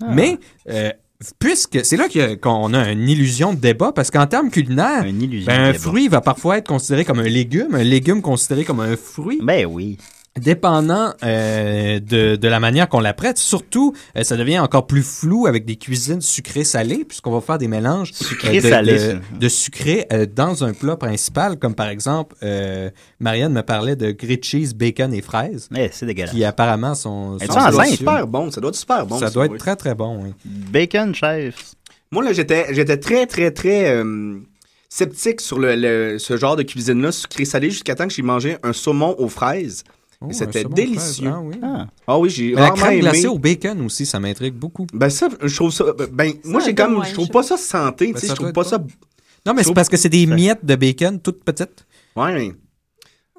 Speaker 13: Ah.
Speaker 8: Mais, euh, puisque c'est là que- qu'on a une illusion de débat, parce qu'en termes culinaires, ben,
Speaker 7: de
Speaker 8: un
Speaker 7: débat.
Speaker 8: fruit va parfois être considéré comme un légume, un légume considéré comme un fruit.
Speaker 7: Ben oui.
Speaker 8: Dépendant euh, de, de la manière qu'on la prête, surtout, euh, ça devient encore plus flou avec des cuisines sucrées-salées, puisqu'on va faire des mélanges euh, de-
Speaker 7: Sucré-salé,
Speaker 8: de-
Speaker 7: ça.
Speaker 8: de sucré euh, dans un plat principal, comme par exemple, euh, Marianne me parlait de grilled cheese, bacon et fraises.
Speaker 9: Eh,
Speaker 7: c'est dégueulasse.
Speaker 8: Qui apparemment sont.
Speaker 9: Elles
Speaker 8: sont
Speaker 9: sont en
Speaker 8: délicieux.
Speaker 9: zinc. super bon, ça doit être super bon,
Speaker 8: Ça
Speaker 9: ça,
Speaker 8: doit être
Speaker 9: oui.
Speaker 8: très très bon, oui.
Speaker 7: Bacon, chef.
Speaker 9: Moi, là, j'étais, j'étais très, très, très euh, sceptique sur le, le- ce genre de cuisine-là, sucré-salé, jusqu'à temps que j'ai mangé un saumon aux fraises. Et c'était
Speaker 8: un saumon aux
Speaker 9: délicieux.
Speaker 8: fraises, ah oui.
Speaker 9: Ah. Ah oui, j'ai
Speaker 8: Mais la
Speaker 9: rarement
Speaker 8: crème
Speaker 9: aimé.
Speaker 8: glacée au bacon aussi, ça m'intrigue beaucoup.
Speaker 9: Ben ça, je trouve ça. Ben, moi, j'ai comme. Je trouve pas ça santé,
Speaker 8: Ben,
Speaker 9: tu sais,
Speaker 8: ça
Speaker 9: je trouve
Speaker 8: doit
Speaker 9: pas
Speaker 8: être
Speaker 9: ça.
Speaker 8: Non, mais c'est parce que c'est des miettes de bacon toutes petites.
Speaker 9: Ouais.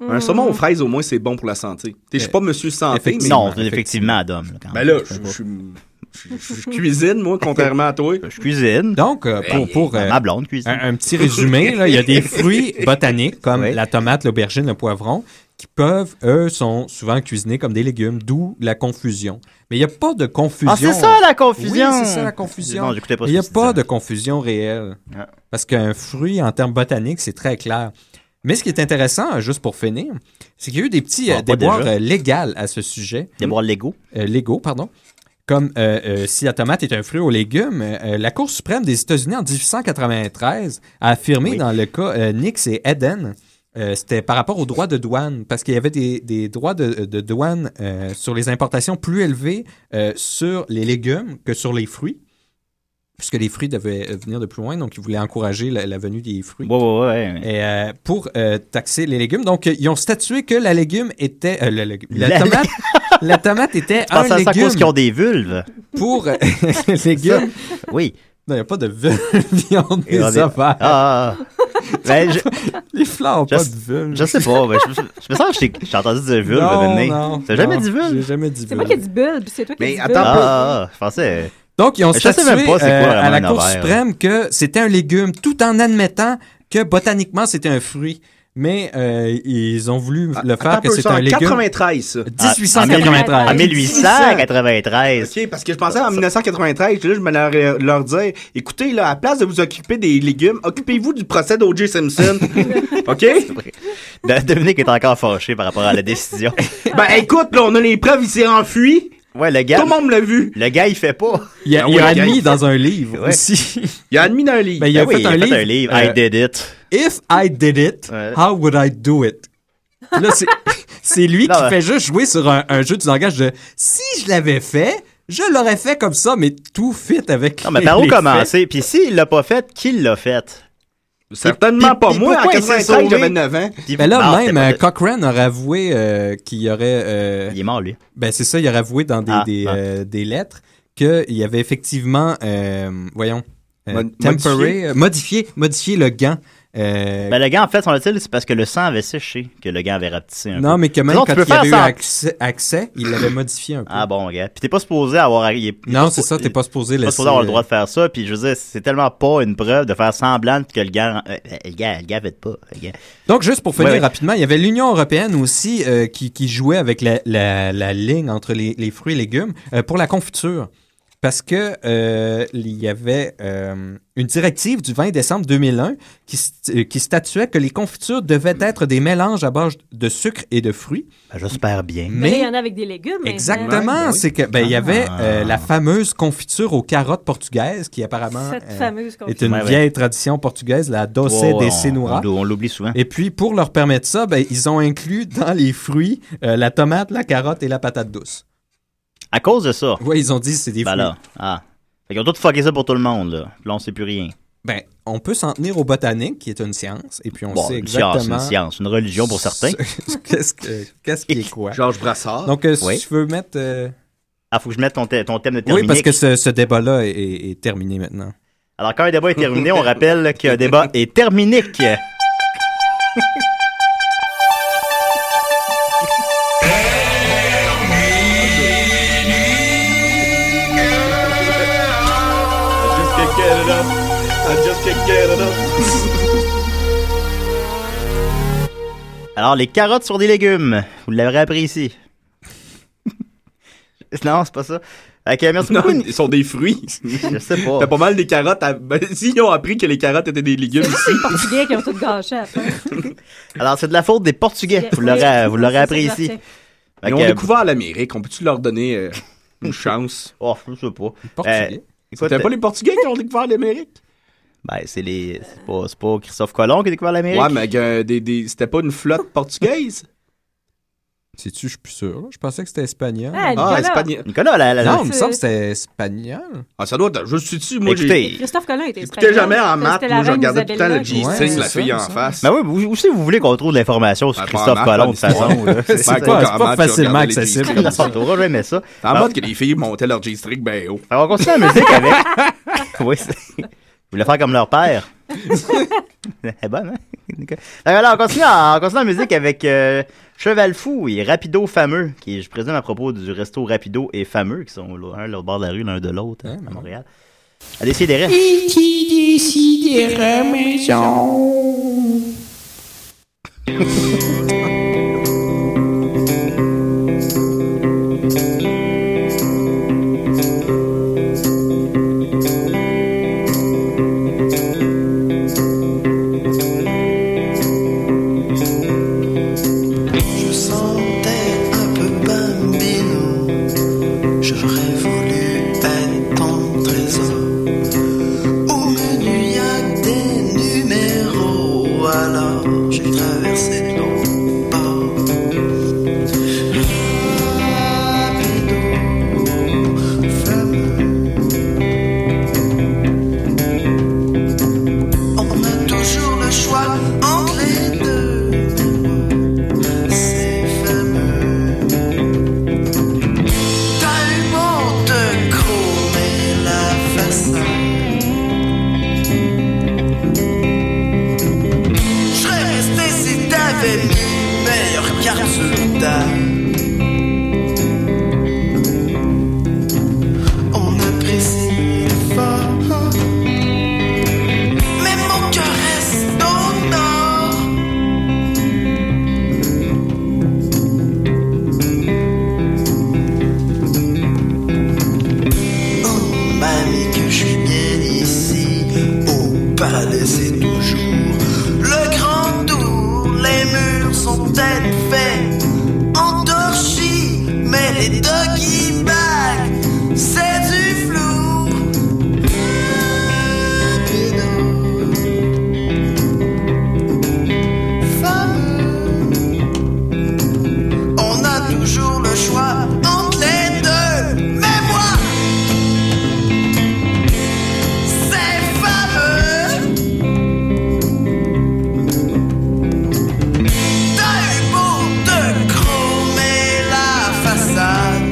Speaker 9: Un saumon aux fraises, au moins, c'est bon pour la santé. Tu sais, Je suis
Speaker 8: Euh,
Speaker 9: pas monsieur santé, Ah, mais.
Speaker 7: non, effectivement, Adam. là, quand
Speaker 9: Ben
Speaker 7: même.
Speaker 9: là, je je- je- je- je cuisine, moi, contrairement à toi.
Speaker 7: Je cuisine.
Speaker 8: Donc, euh, pour,
Speaker 9: Ben,
Speaker 8: pour, euh,
Speaker 7: Ma blonde cuisine.
Speaker 8: un, un petit résumé, là, il y a des fruits botaniques comme la tomate, l'aubergine, le poivron, qui peuvent, eux, sont souvent cuisinés comme des légumes, d'où la confusion. Mais il n'y a pas de confusion.
Speaker 7: Ah, c'est ça, la confusion!
Speaker 8: Oui, c'est ça la confusion.
Speaker 7: Non, j'écoutais pas
Speaker 8: Il
Speaker 7: ce
Speaker 8: n'y a
Speaker 7: que tu
Speaker 8: pas de confusion réelle. Parce qu'un fruit, en termes botaniques, c'est très clair. Mais ce qui est intéressant, euh, juste pour finir, c'est qu'il y a eu des petits
Speaker 7: Ah,
Speaker 8: euh,
Speaker 7: pas
Speaker 8: déboires
Speaker 7: déjà.
Speaker 8: euh, légaux à ce sujet.
Speaker 7: Déboires légaux?
Speaker 8: légaux, euh, pardon. Comme euh, euh, si la tomate est un fruit aux légumes, euh, euh, la Cour suprême des États-Unis en 1893 a affirmé dans le cas euh, Nix et Eden, euh, c'était par rapport aux droits de douane, parce qu'il y avait des, des droits de, de douane euh, sur les importations plus élevés euh, sur les légumes que sur les fruits, puisque les fruits devaient euh, venir de plus loin, donc ils voulaient encourager la, la venue des fruits. Et, euh, pour euh, taxer les légumes, donc euh, ils ont statué que la légume était euh, la, légume- la
Speaker 7: La-
Speaker 8: tomate, la tomate était
Speaker 7: Tu
Speaker 8: un
Speaker 7: penses à ça à
Speaker 8: légume
Speaker 7: cause qu'ils ont des vulves?
Speaker 8: pour euh, légumes.
Speaker 7: Oui.
Speaker 8: Non, il n'y a pas de vulve, ils ont
Speaker 7: Ils
Speaker 8: des
Speaker 7: ont des-
Speaker 8: ovaires.
Speaker 7: Ah, Ben, je-
Speaker 8: Les fleurs n'ont
Speaker 7: Je-
Speaker 8: pas de vulve.
Speaker 7: Je sais pas, mais je, je- je me sens que j'ai- j'ai entendu dire
Speaker 9: Oh,
Speaker 7: vulve
Speaker 8: oh,
Speaker 7: à un moment donné. T'as jamais dit vulve?
Speaker 8: J'ai jamais dit
Speaker 10: C'est moi qui ai dit bulle, puis c'est toi qui as dit bulle.
Speaker 7: Ah, je pensais.
Speaker 8: Donc, ils ont
Speaker 7: Mais je sais
Speaker 8: statué
Speaker 7: même pas c'est quoi
Speaker 8: euh,
Speaker 7: vraiment
Speaker 8: à la
Speaker 7: une
Speaker 8: Cour
Speaker 7: ovaire.
Speaker 8: suprême que c'était un légume, tout en admettant que botaniquement, c'était un fruit. Mais euh, ils ont voulu le faire
Speaker 9: Attends
Speaker 8: que
Speaker 9: peu,
Speaker 8: c'est
Speaker 9: ça, en
Speaker 8: un légume.
Speaker 9: 93, ça.
Speaker 8: 1893.
Speaker 7: Ah, En 1893.
Speaker 9: OK, parce que je pensais en 1993, là, je me leur, leur dire, écoutez, là, à place de vous occuper des légumes, occupez-vous du procès d'O.J. Simpson. OK?
Speaker 7: De- Dominique est encore fâché par rapport à la décision.
Speaker 9: Ben, écoute, là, on a les preuves, il s'est enfui.
Speaker 7: Ouais, le gars.
Speaker 9: Tout le monde l'a vu.
Speaker 7: Le gars, il fait pas.
Speaker 8: Il a, il a
Speaker 7: Ben oui, le gars,
Speaker 8: admis
Speaker 7: il-
Speaker 8: dans un livre
Speaker 7: Ouais.
Speaker 8: aussi.
Speaker 9: Il a admis dans un livre.
Speaker 8: Ben, il a
Speaker 7: Ben oui,
Speaker 8: fait, un,
Speaker 7: il a
Speaker 8: livre. Euh,
Speaker 7: fait un livre, I did it.
Speaker 8: If I did it, how would I do it? Là, c'est- c'est lui qui
Speaker 7: Ah ouais.
Speaker 8: fait juste jouer sur un, un jeu du langage de si je l'avais fait, je l'aurais fait comme ça, mais tout fit avec.
Speaker 7: Non, mais par où
Speaker 8: les faits.
Speaker 7: commencer? Puis s'il l'a pas fait, qui l'a fait?
Speaker 9: Certainement pas moi, en
Speaker 7: pourquoi il s'est
Speaker 9: 93,
Speaker 7: sauvé?
Speaker 9: j'avais 9 ans.
Speaker 7: Puis-
Speaker 8: Ben là,
Speaker 7: Non,
Speaker 8: même
Speaker 7: c'était pas
Speaker 8: euh,
Speaker 7: de-
Speaker 8: Cochrane aurait avoué euh, qu'il y aurait. il
Speaker 7: est mort, lui.
Speaker 8: Ben c'est ça, il aurait avoué dans des,
Speaker 7: Ah,
Speaker 8: des, euh, des lettres qu'il y avait effectivement, euh, voyons, euh,
Speaker 7: Mod-
Speaker 8: temporary,
Speaker 7: modifié.
Speaker 8: euh, modifié, modifié le gant. euh,
Speaker 7: Ben, le gars, en fait, son style, c'est parce que le sang avait séché que le gars avait rapetissé un peu.
Speaker 8: non, mais que même
Speaker 7: Sinon, Ben, tu
Speaker 8: quand
Speaker 7: peux
Speaker 8: il avait eu
Speaker 7: faire sans-
Speaker 8: accès, accès, il l'avait modifié un peu.
Speaker 7: Ah bon, gars. Puis t'es pas supposé avoir. il est- il est
Speaker 8: Non,
Speaker 7: pas
Speaker 8: c'est
Speaker 7: suppo-
Speaker 8: ça, t'es pas supposé
Speaker 7: T'es
Speaker 8: laisser-
Speaker 7: pas supposé avoir le droit de faire ça. Puis je veux dire, c'est tellement pas une preuve de faire semblant que le gars. euh, euh, le gars, le gars fait pas. Le gars.
Speaker 8: Donc, juste pour finir
Speaker 7: Ouais, ouais.
Speaker 8: rapidement, il y avait l'Union européenne aussi euh, qui, qui jouait avec la, la- la ligne entre les, les fruits et légumes euh, pour la confiture. parce que euh, il y avait euh, une directive du 20 décembre 2001 qui, st- euh, qui statuait que les confitures devaient être des mélanges à base de sucre et de fruits.
Speaker 7: Ben, J'espère bien.
Speaker 12: Mais là, il y en a avec des légumes. hein. maintenant.
Speaker 8: Exactement, c'est que ben il y avait
Speaker 7: Ah.
Speaker 8: euh, la fameuse confiture aux carottes portugaises qui apparemment
Speaker 12: Cette
Speaker 8: euh,
Speaker 12: fameuse
Speaker 8: est une
Speaker 12: confiture. Ouais, ouais.
Speaker 8: vieille tradition portugaise, la doce
Speaker 7: Ouais, ouais,
Speaker 8: des
Speaker 7: on-
Speaker 8: cenoura.
Speaker 7: on l'ou- on l'oublie souvent.
Speaker 8: Et puis pour leur permettre ça, ben, ils ont inclus dans les fruits euh, la tomate, la carotte et la patate douce.
Speaker 7: À cause de ça.
Speaker 8: Oui, ils ont dit c'est des
Speaker 7: Ben
Speaker 8: fruits.
Speaker 7: là, ah. Fait qu'ils ont tout fucké ça pour tout le monde, là. Puis Là, on sait plus rien.
Speaker 8: Ben, on peut s'en tenir aux botaniques, qui est une science, et puis on
Speaker 7: Bon,
Speaker 8: sait
Speaker 7: une science,
Speaker 8: exactement...
Speaker 7: une science, une religion pour certains.
Speaker 8: ce- Qu'est-ce que- qu'est-ce qui est quoi?
Speaker 7: Georges Brassard.
Speaker 8: Donc, euh, si
Speaker 7: Oui.
Speaker 8: tu veux mettre... euh,
Speaker 7: Ah, faut que je mette ton, thè- ton thème de terminé.
Speaker 8: Oui, parce que ce, ce débat-là est- est- est terminé maintenant.
Speaker 7: Alors, quand un débat est terminé, on rappelle qu'un débat est terminé. Alors, les carottes sur des légumes. Vous l'aurez appris ici. non, c'est pas ça. Ok, merci
Speaker 9: Non,
Speaker 7: beaucoup.
Speaker 9: ils sont des fruits.
Speaker 7: Je sais pas.
Speaker 9: T'as pas mal des carottes. À... Ben, si, ils ont appris que les carottes étaient des légumes ici.
Speaker 12: Portugais qui ont tout gâché à faire.
Speaker 7: Alors, c'est de la faute des Portugais. Vous l'aurez, vous l'aurez appris ici. Fait
Speaker 9: Ils ont
Speaker 7: que-
Speaker 9: découvert l'Amérique. On peut-tu leur donner euh, une chance?
Speaker 7: Oh, je sais pas.
Speaker 9: Portugais.
Speaker 7: Euh,
Speaker 9: C'était
Speaker 7: écoute,
Speaker 9: pas les Portugais qui ont découvert l'Amérique?
Speaker 7: Ben, c'est les. C'est pas, c'est pas Christophe Colomb qui a découvert l'Amérique.
Speaker 9: Ouais, mais euh, des- des- c'était pas une flotte portugaise?
Speaker 8: Sais-tu, je suis plus sûr. là. Je pensais que c'était espagnol.
Speaker 12: Euh,
Speaker 9: Ah, Nicolas. espagnol.
Speaker 7: Nicolas, la, la-
Speaker 8: Non,
Speaker 7: la-
Speaker 8: il me semble que c'était espagnol.
Speaker 9: Ah, ça doit être. Je suis dessus, moi.
Speaker 7: Écoutez.
Speaker 12: Christophe Colomb était
Speaker 9: J'étais
Speaker 12: espagnol.
Speaker 9: jamais en
Speaker 12: C'était
Speaker 9: maths.
Speaker 12: la
Speaker 9: Moi, je
Speaker 12: reine
Speaker 9: regardais tout le temps le
Speaker 12: Isabella qui-
Speaker 9: G6, la
Speaker 7: ça,
Speaker 9: fille hein. en
Speaker 7: ça.
Speaker 9: face.
Speaker 7: Ben oui, où, où c'est que vous voulez qu'on trouve l'information sur
Speaker 9: Ben,
Speaker 7: Christophe
Speaker 9: pas en
Speaker 7: Colomb de toute
Speaker 9: marque, on
Speaker 7: façon?
Speaker 9: dit-
Speaker 7: là?
Speaker 9: Ben,
Speaker 7: C'est
Speaker 9: quoi, c'est pas
Speaker 7: comment tu
Speaker 9: facilement
Speaker 7: regardes les
Speaker 9: accessible
Speaker 7: G-strings
Speaker 9: comme
Speaker 7: dans
Speaker 9: ça.
Speaker 7: son tour, j'aimais ça.
Speaker 9: En
Speaker 7: Alors-
Speaker 9: mode que les filles montaient leur G-string, ben oh.
Speaker 7: Alors, on continue la musique avec. oui, c'est. Vous voulez faire comme leur père? Elle est bonne, hein? D'accord. Alors, on continue, en- on continue la musique avec euh, Cheval Fou et Rapido Fameux, qui est, je présume, à propos du resto Rapido et Fameux, qui sont l'un l'autre bord de la rue, l'un de l'autre, hein, à Montréal. À essayer des restes.
Speaker 3: Qui déciderait maison?
Speaker 13: Je me sentais un peu bambino. J'aurais voulu être ton trésor. Au menu, y a des numéros. Alors j'ai traversé Ah. l'eau bord. Rapido, fameux. On a toujours le choix entre les deux. C'est fameux. T'as eu beau te chromer la façade. J'aurais resté si t'avais mis meilleure carte sur ta. On apprécie fort. Mais mon cœur reste au nord. Mamie que je suis bien ici Au palais c'est toujours Le grand tour Les murs sont tels faits Endorchis Mais les doggy bags C'est du flou Fameux. On a toujours le choix entre les deux Mais moi c'est fameux. T'as eu beau te chromer la façade.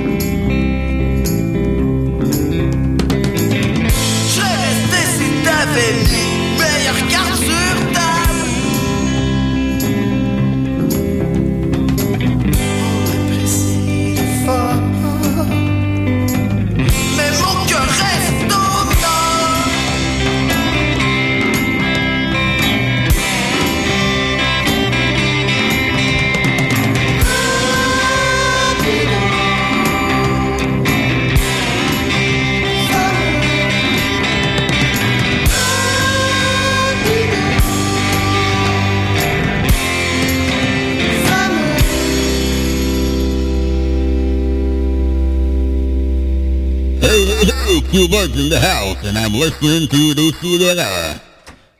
Speaker 14: Hey, Qbert in the house, and I'm listening to the Soudera.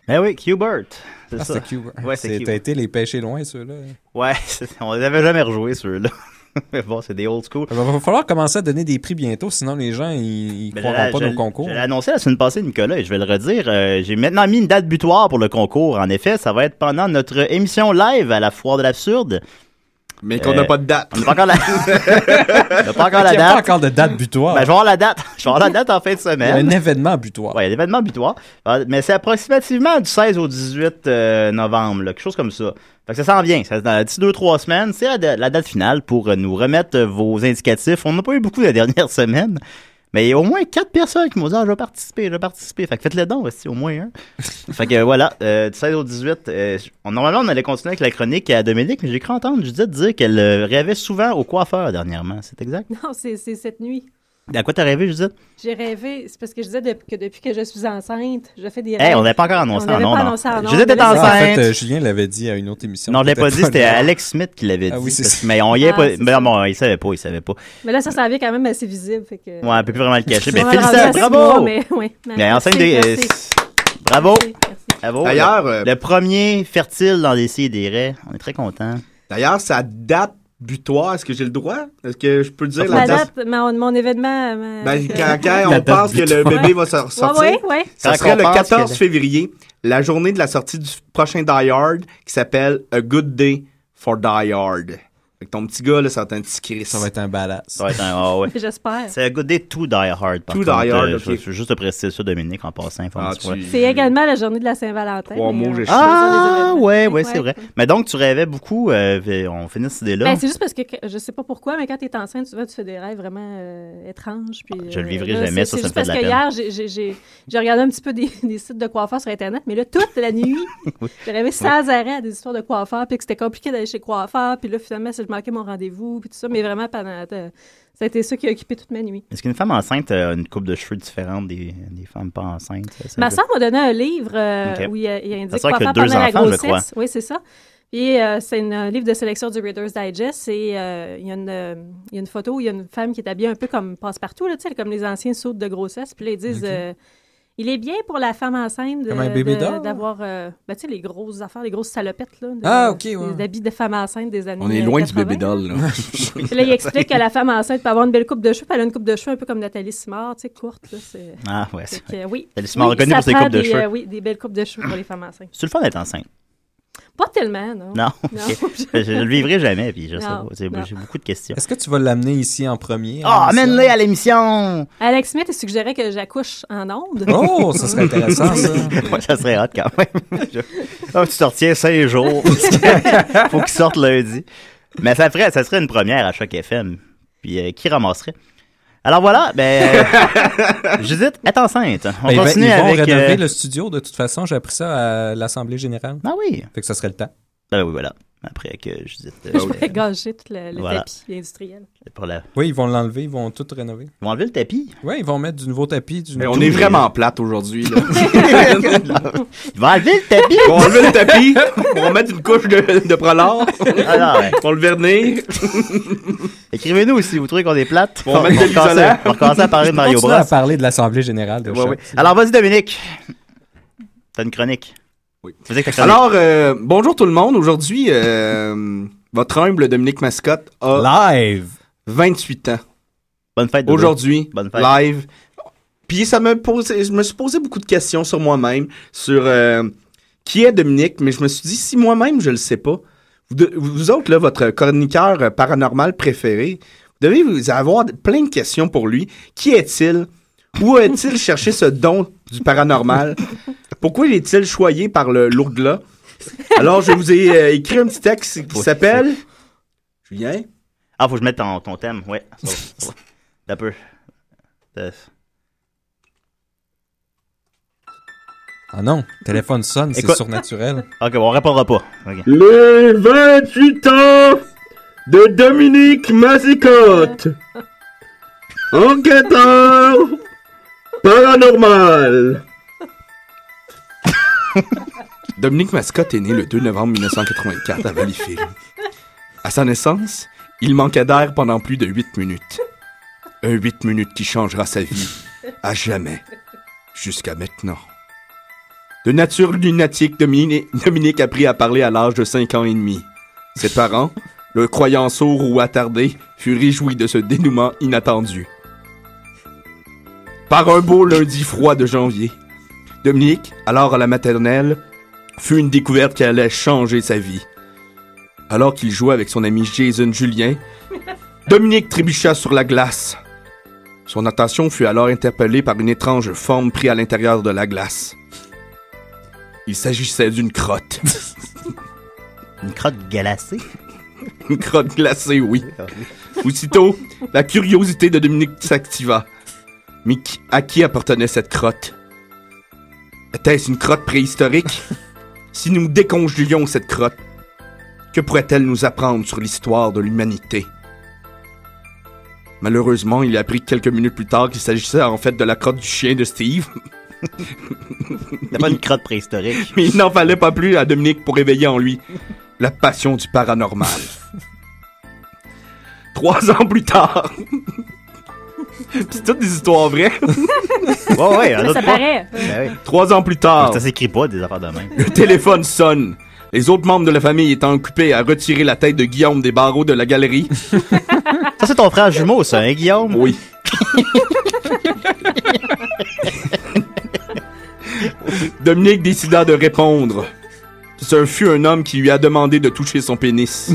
Speaker 7: Ben oui, Qbert. C'est
Speaker 8: Ah,
Speaker 7: ça.
Speaker 8: c'est Qbert.
Speaker 7: Ouais, c'est
Speaker 8: C'est-
Speaker 7: Qbert.
Speaker 8: T'as été les pêcher loin, ceux-là.
Speaker 7: Ouais, c'est- on les avait jamais rejoués, ceux-là. Mais bon, c'est des old school.
Speaker 8: Il va falloir commencer à donner des prix bientôt, sinon les gens, ils, ils
Speaker 7: Ben,
Speaker 8: croiront
Speaker 7: je-
Speaker 8: pas
Speaker 7: je-
Speaker 8: nos concours.
Speaker 7: Je l'ai annoncé la semaine passée, Nicolas, et je vais le redire. euh, J'ai maintenant mis une date butoir pour le concours. En effet, ça va être pendant notre émission live à la Foire de l'Absurde. Euh,
Speaker 9: Mais qu'on n'a pas de date.
Speaker 7: On n'a pas encore la, on n'a pas encore la
Speaker 8: Il y a pas
Speaker 7: date.
Speaker 8: encore de date butoir.
Speaker 7: Ben, je vais avoir la date. Je vais avoir la date en fin de semaine.
Speaker 8: Il y a un événement butoir.
Speaker 7: Oui, un événement butoir. Euh, Mais c'est approximativement du 16 au 18 euh, novembre, là, quelque chose comme ça. Fait que ça s'en vient. Ça, dans d'ici deux, trois semaines, c'est la, da- la date finale pour euh, nous remettre euh, vos indicatifs. On n'a pas eu beaucoup la dernière semaine. Mais il y a au moins quatre personnes qui m'ont dit ah, je vais participer, je vais participer. Fait que faites le don aussi, au moins un. fait que euh, voilà, euh, du 16 au 18, euh, on- normalement on allait continuer avec la chronique à Dominique, mais j'ai cru entendre Judith dire qu'elle euh, rêvait souvent au coiffeur dernièrement. C'est exact?
Speaker 12: Non, c'est c'est cette nuit.
Speaker 7: À quoi t'as rêvé, Judith?
Speaker 12: J'ai rêvé, c'est parce que je disais de- que depuis que je suis enceinte, je fais des
Speaker 7: Hey,
Speaker 12: rêves.
Speaker 7: on n'avait pas encore annoncé
Speaker 12: On
Speaker 7: en
Speaker 12: n'avait
Speaker 7: nom,
Speaker 12: pas
Speaker 7: non.
Speaker 12: annoncé en nom.
Speaker 7: Judith est
Speaker 12: Désolé.
Speaker 7: enceinte.
Speaker 8: Ah, en fait, euh, Julien l'avait dit à une autre émission.
Speaker 7: Non, je l'ai pas
Speaker 8: Peut-être
Speaker 7: dit, c'était
Speaker 8: là.
Speaker 7: Alex Smith qui l'avait dit.
Speaker 8: Ah oui, c'est ça.
Speaker 7: Mais on y est
Speaker 12: Ah,
Speaker 7: pas.
Speaker 12: c'est
Speaker 7: Mais non, bon, il savait pas, il savait pas.
Speaker 12: Mais là, ça s'en vient quand même assez visible. Fait que...
Speaker 7: Ouais, on peut plus vraiment le cacher.
Speaker 12: On
Speaker 7: Mais
Speaker 12: en est rendu à six
Speaker 7: félicitations,
Speaker 12: mois,
Speaker 7: bravo!
Speaker 12: mais, ouais.
Speaker 7: Mais enceinte
Speaker 12: Merci,
Speaker 7: des. euh,
Speaker 12: merci.
Speaker 7: s- Bravo! Bravo!
Speaker 9: D'ailleurs,
Speaker 7: le, le premier fertile dans les sidérés. On est très contents.
Speaker 9: D'ailleurs, sa date butoir, est-ce que j'ai le droit? Est-ce que je peux dire
Speaker 12: Ma
Speaker 9: la date?
Speaker 12: date, ma- mon événement. ma-
Speaker 9: Ben,
Speaker 12: euh,
Speaker 9: quand, quand
Speaker 12: La
Speaker 9: on
Speaker 12: date
Speaker 9: pense que le
Speaker 12: butoir.
Speaker 9: bébé va
Speaker 12: Ouais,
Speaker 9: sor- sortir,
Speaker 12: ouais, ouais.
Speaker 9: ça
Speaker 7: Quand
Speaker 9: serait
Speaker 7: on
Speaker 9: le
Speaker 7: pense
Speaker 9: 14
Speaker 7: que-
Speaker 9: février, la journée de la sortie du prochain Die Hard qui s'appelle A Good Day for Die Hard. Fait que ton petit gars, là, ça va être un petit Chris. Ça va
Speaker 8: être un badass.
Speaker 7: Ça va être un. ah ouais.
Speaker 12: J'espère.
Speaker 7: C'est un good day to die hard. Par
Speaker 9: To die
Speaker 7: contre,
Speaker 9: hard,
Speaker 7: euh,
Speaker 9: ok. Ah,
Speaker 7: je- Je veux juste te préciser ça, Dominique, en passant. information. Ouais.
Speaker 12: C'est également la journée de la Saint-Valentin.
Speaker 7: Trois
Speaker 12: mais,
Speaker 7: mots,
Speaker 12: euh,
Speaker 7: j'ai
Speaker 12: je faisais des
Speaker 7: Ah,
Speaker 12: événements.
Speaker 7: ouais, ouais, c'est
Speaker 12: Ouais.
Speaker 7: vrai. Mais donc, tu rêvais beaucoup. euh, fait- on finit cette idée-là.
Speaker 12: Ben, c'est juste parce que que- je sais pas pourquoi, mais quand tu es enceinte, souvent tu fais des rêves vraiment euh, étranges. Puis,
Speaker 7: Je le
Speaker 12: euh,
Speaker 7: vivrai
Speaker 12: là,
Speaker 7: jamais,
Speaker 12: c'est-
Speaker 7: ça,
Speaker 12: c'est
Speaker 7: ça me
Speaker 12: juste
Speaker 7: fait de
Speaker 12: parce
Speaker 7: la
Speaker 12: que
Speaker 7: peine.
Speaker 12: hier, j'ai- j'ai- j'ai j'ai regardé un petit peu des, des sites de coiffeurs sur Internet, mais là, toute la nuit, j'ai rêvé sans arrêt à des histoires de coiffeurs, puis que c'était compliqué d'aller chez coiffeur, puis là, finalement, si je manquais mon rendez-vous, puis tout ça, mais vraiment, pendant. euh, ça a été ça qui a occupé toute ma nuit.
Speaker 7: Est-ce qu'une femme enceinte a une coupe de cheveux différente des, des femmes pas enceintes? ça, c'est
Speaker 12: Ma
Speaker 7: ça?
Speaker 12: sœur m'a donné un livre euh,
Speaker 7: Ok.
Speaker 12: où il, il
Speaker 7: Ta
Speaker 12: indique
Speaker 7: sœur
Speaker 12: quoi
Speaker 7: qui a
Speaker 12: faire
Speaker 7: deux
Speaker 12: pendant la
Speaker 7: enfants, je
Speaker 12: grossesse.
Speaker 7: crois.
Speaker 12: Oui, c'est ça. Et euh, c'est une- un livre de sélection du Reader's Digest. Et euh, il, y a une, euh, il y a une photo où il y a une femme qui est habillée un peu comme passe-partout, là, tu sais, comme les anciens sautes de grossesse. Puis là, ils disent
Speaker 8: Ok.
Speaker 12: euh, Il est bien pour la femme enceinte de-
Speaker 8: Comme un bébé
Speaker 12: de-
Speaker 8: d'or?
Speaker 12: d'avoir euh, ben, tu sais, les grosses affaires, les grosses salopettes. Là, de-
Speaker 8: Ah, ok, ouais.
Speaker 12: Les habits de femme enceinte des années.
Speaker 9: On est
Speaker 12: euh,
Speaker 9: loin du
Speaker 12: 80.
Speaker 9: bébé doll, là.
Speaker 12: Puis là, il explique que la femme enceinte peut avoir une belle coupe de cheveux, puis elle a une coupe de cheveux un peu comme Nathalie Simard, tu sais, courte. Là, c'est-
Speaker 7: Ah, ouais.
Speaker 12: Fait que, euh, oui.
Speaker 7: Nathalie Simard
Speaker 12: Oui,
Speaker 7: reconnue
Speaker 12: ça
Speaker 7: pour ses
Speaker 12: prend
Speaker 7: coupes de
Speaker 12: des,
Speaker 7: cheveux.
Speaker 12: euh, oui, des belles coupes de cheveux pour les femmes enceintes.
Speaker 7: C'est le fun d'être enceinte.
Speaker 12: Pas tellement, non.
Speaker 7: Non, ok. je, je le vivrai jamais, puis je sais
Speaker 12: Non,
Speaker 7: pas. C'est-
Speaker 12: non.
Speaker 7: J'ai beaucoup de questions.
Speaker 8: Est-ce que tu vas l'amener ici en premier?
Speaker 7: Ah,
Speaker 8: à l'émission?
Speaker 7: amène-le à l'émission!
Speaker 12: Alex Smith suggérait que j'accouche en ondes.
Speaker 8: Oh, ça serait intéressant, ça.
Speaker 7: Ouais, ça serait hot quand même. Je- Ah, tu te retiens cinq jours. parce que faut qu'il sorte lundi. Mais ça, ferait, ça serait une première à chaque FM. Puis euh, qui ramasserait? Alors voilà, ben. Judith, est enceinte. On
Speaker 8: Ben, ils va-
Speaker 7: continue
Speaker 8: ils vont
Speaker 7: avec.
Speaker 8: rénover
Speaker 7: euh,
Speaker 8: le studio, de toute façon. J'ai appris ça à l'Assemblée générale.
Speaker 7: Ah oui.
Speaker 8: Fait que ça serait le temps.
Speaker 7: Ben oui, voilà. Après que Judith. euh,
Speaker 12: Je vais gâcher tout le, le
Speaker 8: Voilà.
Speaker 12: tapis industriel.
Speaker 7: pour la-
Speaker 8: Oui, ils vont l'enlever, ils vont tout rénover.
Speaker 7: Ils vont enlever le tapis?
Speaker 8: Oui, ils vont mettre du nouveau tapis. Du
Speaker 9: Mais on est vraiment plate aujourd'hui. là.
Speaker 7: Ils vont enlever Ah, le tapis.
Speaker 9: On va enlever le tapis. On va mettre une couche de, de prolard.
Speaker 7: Alors, Ah, ouais.
Speaker 9: On le vernir.
Speaker 7: Écrivez-nous aussi, vous trouvez qu'on est plate.
Speaker 9: On va mettre de
Speaker 7: recommencer-
Speaker 9: l'isolant.
Speaker 7: on va recommencer à parler de
Speaker 8: Mario
Speaker 7: Mario
Speaker 8: On
Speaker 7: Bros.
Speaker 8: à parler de l'Assemblée générale de
Speaker 7: Ouais,
Speaker 8: Choc.
Speaker 7: ouais. Alors vas-y Dominique, t'as une chronique. Oui. Vas-y avec ta chronique.
Speaker 9: Alors, euh, bonjour tout le monde. Aujourd'hui, euh, votre humble Dominique Mascotte a...
Speaker 8: Live!
Speaker 9: 28 ans.
Speaker 7: Bonne fête. Dodo.
Speaker 9: Aujourd'hui,
Speaker 7: Bonne fête.
Speaker 9: live. Puis ça me posait, je me suis posé beaucoup de questions sur moi-même, sur euh, qui est Dominique, mais je me suis dit, si moi-même je le sais pas, vous, de- vous autres, là, votre chroniqueur euh, paranormal préféré, vous devez vous avoir plein de questions pour lui. Qui est-il? Où a-t-il cherché ce don du paranormal? Pourquoi est-il choyé par le lourgla? Alors, je vous ai euh, écrit un petit texte qui
Speaker 7: Oui.
Speaker 9: s'appelle... Julien?
Speaker 7: Ah, faut que je mette ton, ton thème, ouais. Ça va, ça va. D'un peu. Euh,
Speaker 8: Ah non, téléphone sonne, c'est
Speaker 7: Écoute.
Speaker 8: surnaturel.
Speaker 7: Ok, bon, on répondra pas. Ok.
Speaker 15: Les 28 ans de Dominique Massicotte, enquêteur paranormal.
Speaker 9: Dominique Mascotte est né le 2 novembre 1984 à Valleyfield. À sa naissance, il manqua d'air pendant plus de 8 minutes. Un 8 minutes qui changera sa vie à jamais, jusqu'à maintenant. De nature lunatique, Dominique, Dominique apprit à parler à l'âge de 5 ans et demi. Ses parents, le croyant sourd ou attardé, fut réjoui de ce dénouement inattendu. Par un beau lundi froid de janvier, Dominique, alors à la maternelle, fut une découverte qui allait changer sa vie. Alors qu'il jouait avec son ami Jason Julien, Dominique trébucha sur la glace. Son attention fut alors interpellée par une étrange forme prise à l'intérieur de la glace. Il s'agissait d'une crotte.
Speaker 7: Une crotte glacée? Ah
Speaker 9: Une crotte glacée, oui. Aussitôt, la curiosité de Dominique s'activa. Mais qui- à qui appartenait cette crotte? Était-ce une crotte préhistorique? si nous décongelions cette crotte, que pourrait-elle nous apprendre sur l'histoire de l'humanité? Malheureusement, il apprit quelques minutes plus tard qu'il s'agissait en fait de la crotte du chien de Steve.
Speaker 7: T'as pas une crotte préhistorique.
Speaker 9: Mais il n'en fallait pas plus à Dominique pour éveiller en lui la passion du paranormal. Trois ans plus tard. C'est toutes des histoires vraies.
Speaker 7: Ouais, ouais, un Ça, autre ça point. paraît.
Speaker 9: Ben oui. Trois ans plus tard.
Speaker 7: Ça s'écrit pas des affaires de même.
Speaker 9: Le téléphone sonne. Les autres membres de la famille étant occupés à retirer la tête de Guillaume des barreaux de la galerie.
Speaker 7: Ça, c'est ton frère jumeau, ça, hein, Guillaume?
Speaker 9: Oui. Dominique décida de répondre. Ce fut un homme qui lui a demandé de toucher son pénis.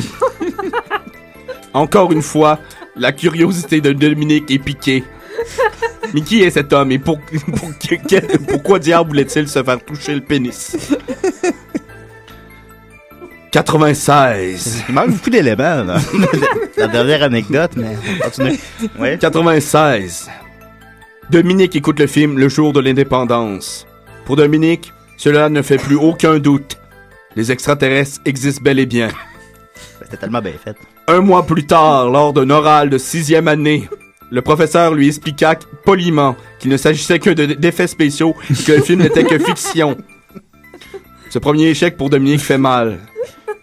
Speaker 9: Encore une fois, la curiosité de Dominique est piquée. Mais qui est cet homme et pour- pour- que- que- pourquoi diable voulait-il se faire toucher le pénis? 96.
Speaker 7: Il manque beaucoup d'éléments, là. La dernière anecdote, mais on continue.
Speaker 9: 96. Dominique écoute le film Le jour de l'indépendance. Pour Dominique, cela ne fait plus aucun doute. Les extraterrestres existent bel et bien.
Speaker 7: Ben, C'était tellement bien fait.
Speaker 9: Un mois plus tard, lors d'un oral de sixième année, le professeur lui expliqua poliment qu'il ne s'agissait que de- d'effets spéciaux et que le film n'était que fiction. Ce premier échec pour Dominique fait mal.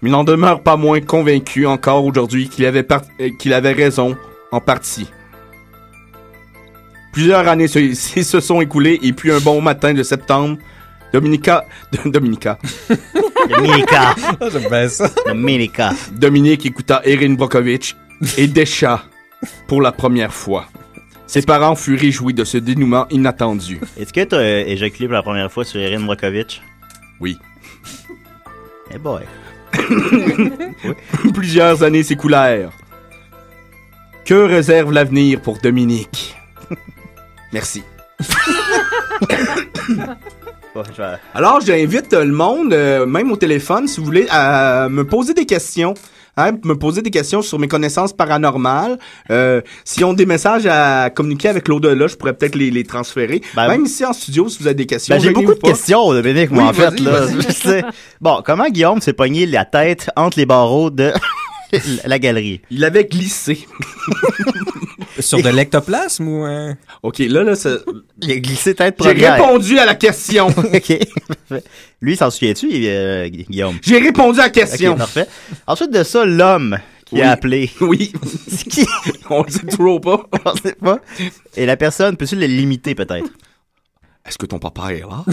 Speaker 9: Mais il n'en demeure pas moins convaincu encore aujourd'hui qu'il avait, par- euh, qu'il avait raison, en partie. Plusieurs années se, se sont écoulées et puis un bon matin de septembre, Dominica... Dominica.
Speaker 7: Dominica.
Speaker 9: Ah, J'aime bien ça. Dominica. Dominique écouta Erin Brockovich et Desha pour la première fois. Ses parents furent réjouis de ce dénouement inattendu.
Speaker 7: Est-ce que t'as euh, éjaculé pour la première fois sur Erin Brockovich?
Speaker 9: Oui.
Speaker 7: Eh boy.
Speaker 9: Plusieurs années s'écoulèrent. Que réserve l'avenir pour Dominique? Merci.
Speaker 7: Bon, je vais-
Speaker 9: Alors, j'invite euh, le monde, euh, même au téléphone, si vous voulez, à me poser des questions. Hein, me poser des questions sur mes connaissances paranormales. Euh, si ont des messages à communiquer avec l'au-delà, je pourrais peut-être les, les transférer.
Speaker 7: Ben,
Speaker 9: Même ici en studio, si vous avez des questions.
Speaker 7: Ben, j'ai
Speaker 9: gênez-vous
Speaker 7: beaucoup de
Speaker 9: pas.
Speaker 7: questions, Dominique, moi,
Speaker 9: Oui,
Speaker 7: en fait.
Speaker 9: vas-y,
Speaker 7: Là.
Speaker 9: vas-y.
Speaker 7: Je sais. Bon, comment Guillaume s'est pogné la tête entre les barreaux de la galerie?
Speaker 9: Il avait glissé.
Speaker 8: Sur de l'ectoplasme ou un.
Speaker 9: OK, là, là, ça.
Speaker 7: Il a glissé tête
Speaker 9: J'ai
Speaker 7: première.
Speaker 9: répondu à la question.
Speaker 7: OK. Lui, s'en souviens-tu, euh, Gu- Guillaume?
Speaker 9: J'ai répondu à la question.
Speaker 7: OK, parfait. Ensuite de ça, l'homme qui
Speaker 9: Oui.
Speaker 7: a appelé.
Speaker 9: Oui.
Speaker 7: C'est qui?
Speaker 9: On le sait toujours pas.
Speaker 7: On sait pas. Et la personne, peux-tu le limiter peut-être?
Speaker 9: Est-ce que ton papa est là?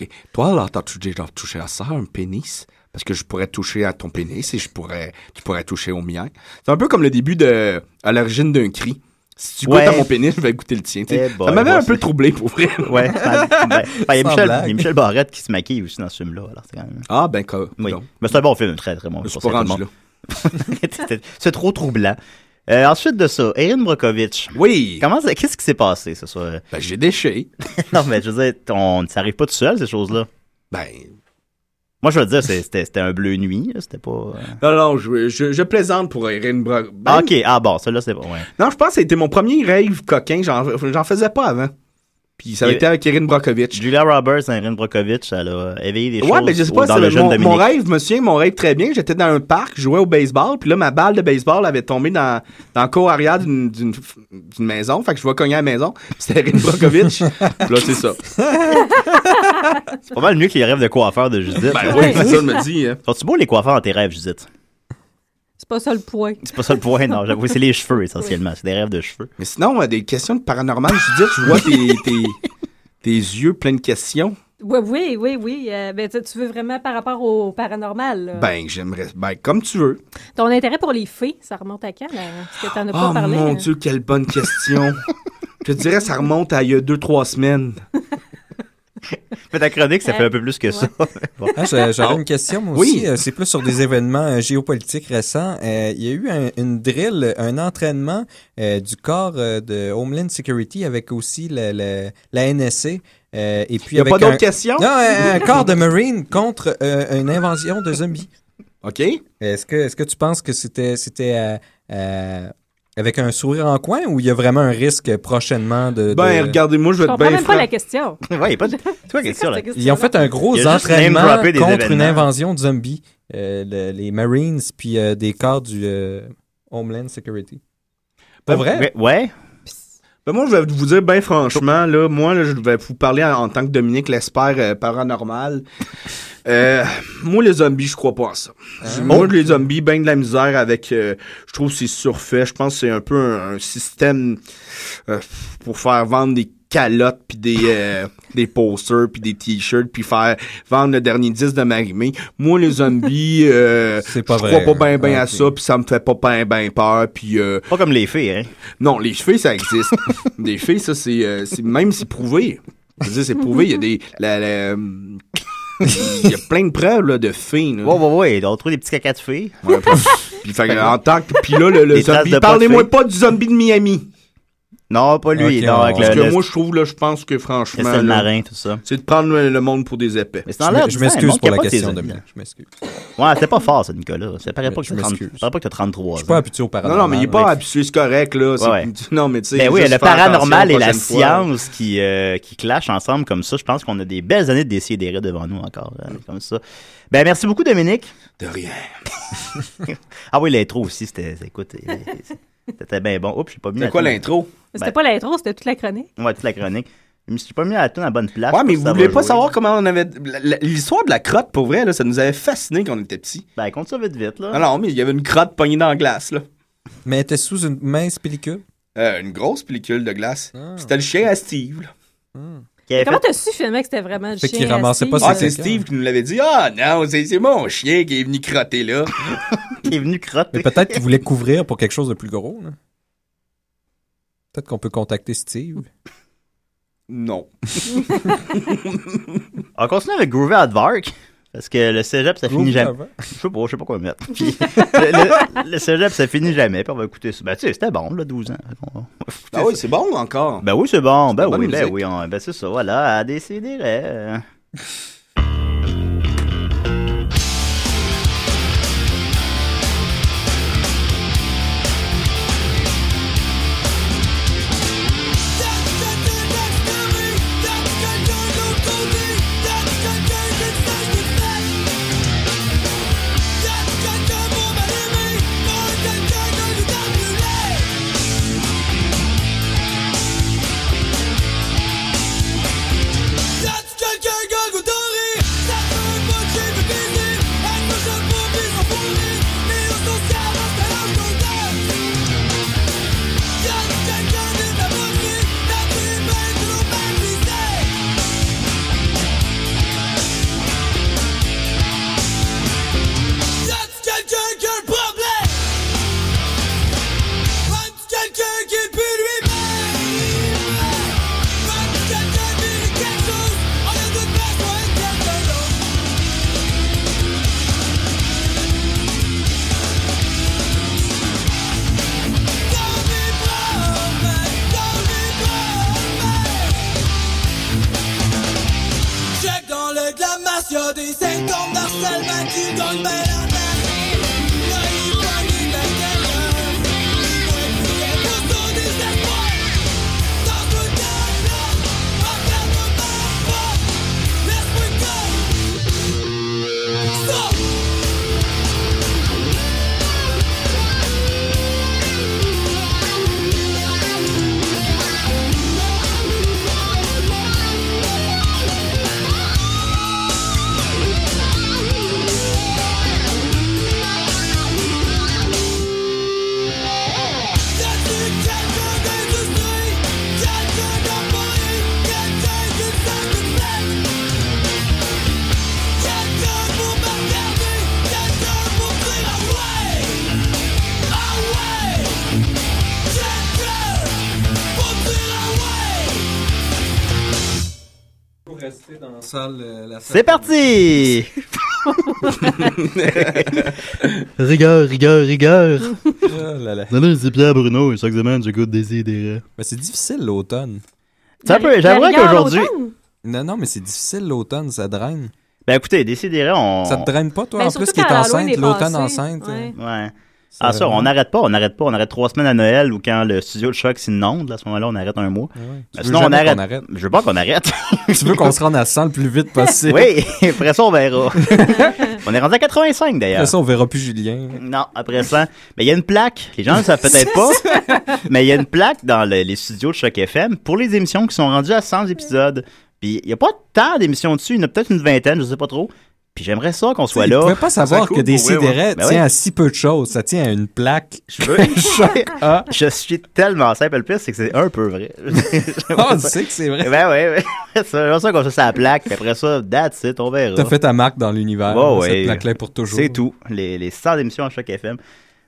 Speaker 9: Et toi, là, t'as-tu déjà touché à ça, un pénis? Parce que je pourrais toucher à ton pénis et je pourrais, tu pourrais toucher au mien. C'est un peu comme le début de À l'origine d'un cri. Si tu
Speaker 7: Ouais.
Speaker 9: goûtes à mon pénis, je vais goûter le tien. tu sais.
Speaker 7: Eh boy,
Speaker 9: ça m'avait
Speaker 7: moi,
Speaker 9: un peu troublé, pour vrai.
Speaker 7: Ouais. Ben, ben, il y a
Speaker 9: Sans
Speaker 7: Michel,
Speaker 9: blague.
Speaker 7: il y a Michel Barrette qui se maquille aussi dans ce film-là. Alors, c'est quand même...
Speaker 9: Ah, ben, quoi.
Speaker 7: Oui. Mais c'est un bon film, un très très bon film.
Speaker 9: suis
Speaker 7: pour ça,
Speaker 9: pas rendu
Speaker 7: tout le monde. C'était- c'est trop troublant. Euh, ensuite de ça, Erin Brockovich.
Speaker 9: Oui.
Speaker 7: Comment ça- qu'est-ce qui s'est passé ce soir?
Speaker 9: Ben, j'ai déché.
Speaker 7: non, mais je veux dire, on, ça arrive pas tout seul, ces choses-là.
Speaker 9: Ben.
Speaker 7: Moi, je veux dire, c'est- c'était c'était un bleu nuit. là, C'était pas. euh,
Speaker 9: Non, non, je, je, je plaisante pour Erin Brock.
Speaker 7: Ah, ok, ah bon, celui-là, c'est bon. Ouais.
Speaker 9: Non, je pense que c'était mon premier rêve coquin. J'en j'en faisais pas avant. Puis ça avait
Speaker 7: Il-
Speaker 9: été avec Erin Brockovich.
Speaker 7: Julia Roberts et Erin Brockovich, elle a éveillé des
Speaker 9: Ouais,
Speaker 7: choses
Speaker 9: ben je sais pas,
Speaker 7: dans
Speaker 9: c'est
Speaker 7: le
Speaker 9: le-
Speaker 7: jeune
Speaker 9: mon,
Speaker 7: Dominique.
Speaker 9: mon rêve, monsieur, mon rêve très bien. J'étais dans un parc, je jouais au baseball, puis là, ma balle de baseball avait tombé dans, dans le cours arrière d'une d'une- d'une maison. Fait que je vois cogner à la maison. puis C'était Erin Brockovich. Puis là, c'est ça.
Speaker 7: C'est pas mal mieux que les rêves de coiffeur de Judith.
Speaker 9: Ben oui, c'est ça, je me dis, hein.
Speaker 7: Sont-tu beaux les coiffeurs dans tes rêves, Judith?
Speaker 12: C'est pas ça le point.
Speaker 7: C'est pas ça le point, non. J'avoue, c'est les cheveux essentiellement. C'est des rêves de cheveux.
Speaker 9: Mais sinon, euh, des questions de paranormal, Judith, je vois tes, tes, tes yeux pleins de questions.
Speaker 12: Oui, oui, oui, oui. Euh, ben, tu tu veux vraiment par rapport au paranormal. là?
Speaker 9: Ben, j'aimerais. Ben, comme tu veux.
Speaker 12: Ton intérêt pour les fées, ça remonte à quand? Là? Parce que t'en as pas
Speaker 9: Oh
Speaker 12: parlé.
Speaker 9: mon
Speaker 12: hein.
Speaker 9: Dieu, quelle bonne question. je te dirais, ça remonte à il y a deux, trois semaines.
Speaker 7: Mais ta chronique, ça fait un peu plus que ça. Bon.
Speaker 8: Ah, j'a- J'avais une question, moi
Speaker 7: Oui.
Speaker 8: aussi. Euh, C'est plus sur des événements euh, géopolitiques récents. Euh, il y a eu un- une drill, un entraînement euh, du corps euh, de Homeland Security avec aussi la, la, la NSC. euh, et puis
Speaker 9: Il y a
Speaker 8: avec
Speaker 9: pas d'autres
Speaker 8: un-
Speaker 9: questions?
Speaker 8: Non, un, un corps de Marine contre euh, une invasion de zombies.
Speaker 9: OK.
Speaker 8: Est-ce que, est que tu penses que c'était c'était euh, euh, avec un sourire en coin ou il y a vraiment un risque prochainement de. de-
Speaker 9: Ben, regardez-moi, je vais
Speaker 12: Je
Speaker 9: être
Speaker 12: comprends
Speaker 9: bien
Speaker 12: même pas
Speaker 9: franc.
Speaker 12: la question.
Speaker 7: ouais, il a pas de. Toi, question, là.
Speaker 8: Ils ont fait un gros
Speaker 7: Il a juste name
Speaker 8: entraînement
Speaker 7: droppé des
Speaker 8: contre une
Speaker 7: événements.
Speaker 8: invasion de zombies. Euh, le- les Marines, puis euh, des corps du euh, Homeland Security. Pas vrai?
Speaker 7: Ouais.
Speaker 9: Ben moi, je vais vous dire bien franchement, là, moi, là, je vais vous parler en, en tant que Dominique l'espère paranormal. Euh, moi, les zombies, je crois pas à ça. Moi, les zombies, ben de la misère avec... euh, je trouve que c'est surfait. Je pense que c'est un peu un, un système euh, pour faire vendre des calottes, puis des, euh, des posters, puis des t-shirts, puis faire vendre le dernier disque de Marimé. Moi, les zombies, euh, je
Speaker 8: pas
Speaker 9: crois
Speaker 8: vrai,
Speaker 9: pas ben ben
Speaker 8: hein.
Speaker 9: à
Speaker 8: Ok.
Speaker 9: ça, puis ça me fait pas ben ben peur, puis...
Speaker 7: Ah, Pas comme les fées, hein?
Speaker 9: Non, les fées, ça existe. les fées, ça, c'est... euh, c'est- même c'est prouvé. Je veux dire, c'est prouvé, il y a des... la- la- euh, il y a plein de preuves là, de fées. Là.
Speaker 7: Ouais, ouais, ouais. On trouve des petits cacas de fées.
Speaker 9: Ouais, pas- puis, fait que, en tant que. Puis là, le, le
Speaker 7: Des traces de
Speaker 9: zombie.
Speaker 7: pas de
Speaker 9: Parlez-moi
Speaker 7: fées.
Speaker 9: pas du zombie de Miami.
Speaker 7: Non, pas lui. non, avec
Speaker 9: Parce
Speaker 7: le,
Speaker 9: que
Speaker 7: le-
Speaker 9: moi, je trouve, là, je pense que franchement.
Speaker 7: Christelle
Speaker 9: là,
Speaker 7: Marin, tout ça.
Speaker 9: C'est de prendre le, le monde pour des épais.
Speaker 7: Mais c'est dans l'air du temps, le monde capote tes amis, là.
Speaker 8: Je m'excuse.
Speaker 7: Ouais, c'était pas fort, ça, Nicolas. Ça paraît pas que
Speaker 9: Je
Speaker 7: t'as 30
Speaker 9: m'excuse.
Speaker 7: ça paraît pas que t'as 33 ans. Je suis
Speaker 8: pas habitué au
Speaker 9: Non, non, mais il est pas habitué, c'est correct, là. c'est-
Speaker 7: Ouais, ouais.
Speaker 9: Non, mais tu sais.
Speaker 7: Ben oui,
Speaker 9: juste
Speaker 7: le
Speaker 9: faire attention
Speaker 7: paranormal et
Speaker 9: prochaine
Speaker 7: la
Speaker 9: fois.
Speaker 7: science qui, euh, qui clashent ensemble comme ça. Je pense qu'on a des belles années de décider des devant nous encore, hein, comme ça. Ben, merci beaucoup, Dominique.
Speaker 9: De rien.
Speaker 7: ah oui, l'intro aussi, c'était, écoute, euh, c'était bien bon. Oups, j'ai pas mis
Speaker 9: C'est
Speaker 7: la
Speaker 9: quoi
Speaker 7: toune.
Speaker 9: l'intro?
Speaker 12: Mais C'était pas l'intro, c'était toute la chronique.
Speaker 7: Ouais, toute la chronique. Je me suis pas mis à la toune à la bonne place.
Speaker 9: Ouais, mais
Speaker 7: Ça
Speaker 9: vous
Speaker 7: va
Speaker 9: voulez pas
Speaker 7: jouer.
Speaker 9: savoir comment on avait. la- la- L'histoire de la crotte, pour vrai, là, ça nous avait fasciné quand on était petits. Ah
Speaker 7: Ben, compte ça vite, vite, là.
Speaker 9: Non, non, mais il y avait une crotte pognée dans la glace, là.
Speaker 8: Mais elle était sous une mince pellicule. Ah.
Speaker 9: Euh, une grosse pellicule de glace. Puis C'était le chien à Steve, là.
Speaker 12: Mais Comment t'as su finalement que c'était vraiment le chien? à Steve,
Speaker 9: Ah,
Speaker 12: là?
Speaker 9: c'est Steve qui nous l'avait dit. Ah, non, c'est c'est mon chien qui est venu crotter là.
Speaker 7: qui est venu crotter.
Speaker 8: Mais peut-être qu'ils voulaient couvrir pour quelque chose de plus gros. là. Peut-être qu'on peut contacter Steve.
Speaker 9: Non.
Speaker 7: On continue avec Groovy Advark. Parce que le cégep, ça
Speaker 8: Groovy
Speaker 7: finit jamais.
Speaker 8: Aardvark.
Speaker 7: Je sais pas, je sais pas quoi mettre. Puis, le, le- le cégep, ça finit jamais. Puis on va écouter ça. Ben, tu sais, c'était bon, là, 12 ans. On va écouter
Speaker 9: Ah oui,
Speaker 7: ça.
Speaker 9: c'est bon encore.
Speaker 7: Ben oui, c'est bon. Ben
Speaker 9: la bonne
Speaker 7: oui, ben
Speaker 9: musique.
Speaker 7: oui. on- ben c'est ça, voilà. À décider. euh.
Speaker 16: Check dans le glamas, y'a des symptômes d'harcèlement qui donnent bien la tête. Là, il pogne les belles gueules.
Speaker 8: rester dans la salle. euh, la salle-
Speaker 7: C'est parti! rigueur, rigueur, rigueur.
Speaker 17: Non,
Speaker 7: non, c'est Pierre Bruno, et chaque semaine, j'écoute des idées.
Speaker 17: Mais c'est difficile l'automne.
Speaker 7: Ça peut, j'aimerais qu'aujourd'hui.
Speaker 17: Non, non, mais c'est difficile l'automne, ça draine.
Speaker 7: Ben écoutez, décidez, on.
Speaker 17: Ça te draine pas, toi,
Speaker 7: Ben,
Speaker 17: en
Speaker 7: surtout
Speaker 17: plus, qui est
Speaker 7: quand Halloween
Speaker 17: enceinte,
Speaker 7: est
Speaker 17: l'automne
Speaker 7: passé,
Speaker 17: enceinte.
Speaker 7: ouais.
Speaker 17: euh,
Speaker 7: Ouais. Ah, ça,
Speaker 17: vraiment-
Speaker 7: on n'arrête pas, on n'arrête pas. On arrête trois semaines à Noël ou quand le studio de choc s'inonde. là, À ce moment-là, on arrête un mois.
Speaker 17: Tu
Speaker 7: Ben,
Speaker 17: veux
Speaker 7: sinon, on
Speaker 17: jamais
Speaker 7: arrête.
Speaker 17: qu'on arrête.
Speaker 7: Je veux pas qu'on arrête.
Speaker 17: Tu veux qu'on se rende à 100 le plus vite possible.
Speaker 7: oui, après ça, on verra. on est rendu à 85 d'ailleurs.
Speaker 17: Après ça, on verra plus Julien.
Speaker 7: Non, après ça. Mais il y a une plaque. Les gens ne le savent peut-être pas. mais il y a une plaque dans le- les studios de Choc FM pour les émissions qui sont rendues à 100 épisodes. Puis il n'y a pas tant d'émissions dessus. Il y en a peut-être une vingtaine, je sais pas trop. Puis j'aimerais ça qu'on soit là.
Speaker 17: Tu pouvais pas savoir que des sidérés
Speaker 7: Ben
Speaker 17: tient
Speaker 7: oui.
Speaker 17: à si peu de choses. Ça tient à une plaque.
Speaker 7: Je veux- je- je suis tellement simple. Le pire, c'est que c'est un peu vrai.
Speaker 17: Ah, tu sais que c'est vrai.
Speaker 7: Ben oui, oui. C'est vraiment ça qu'on se la plaque. Puis après ça, that's it, on verra.
Speaker 17: T'as fait ta marque dans l'univers.
Speaker 7: Ouais,
Speaker 17: cette
Speaker 7: ouais.
Speaker 17: plaque-là est pour toujours.
Speaker 7: C'est tout. Les, les 100 émissions à chaque FM.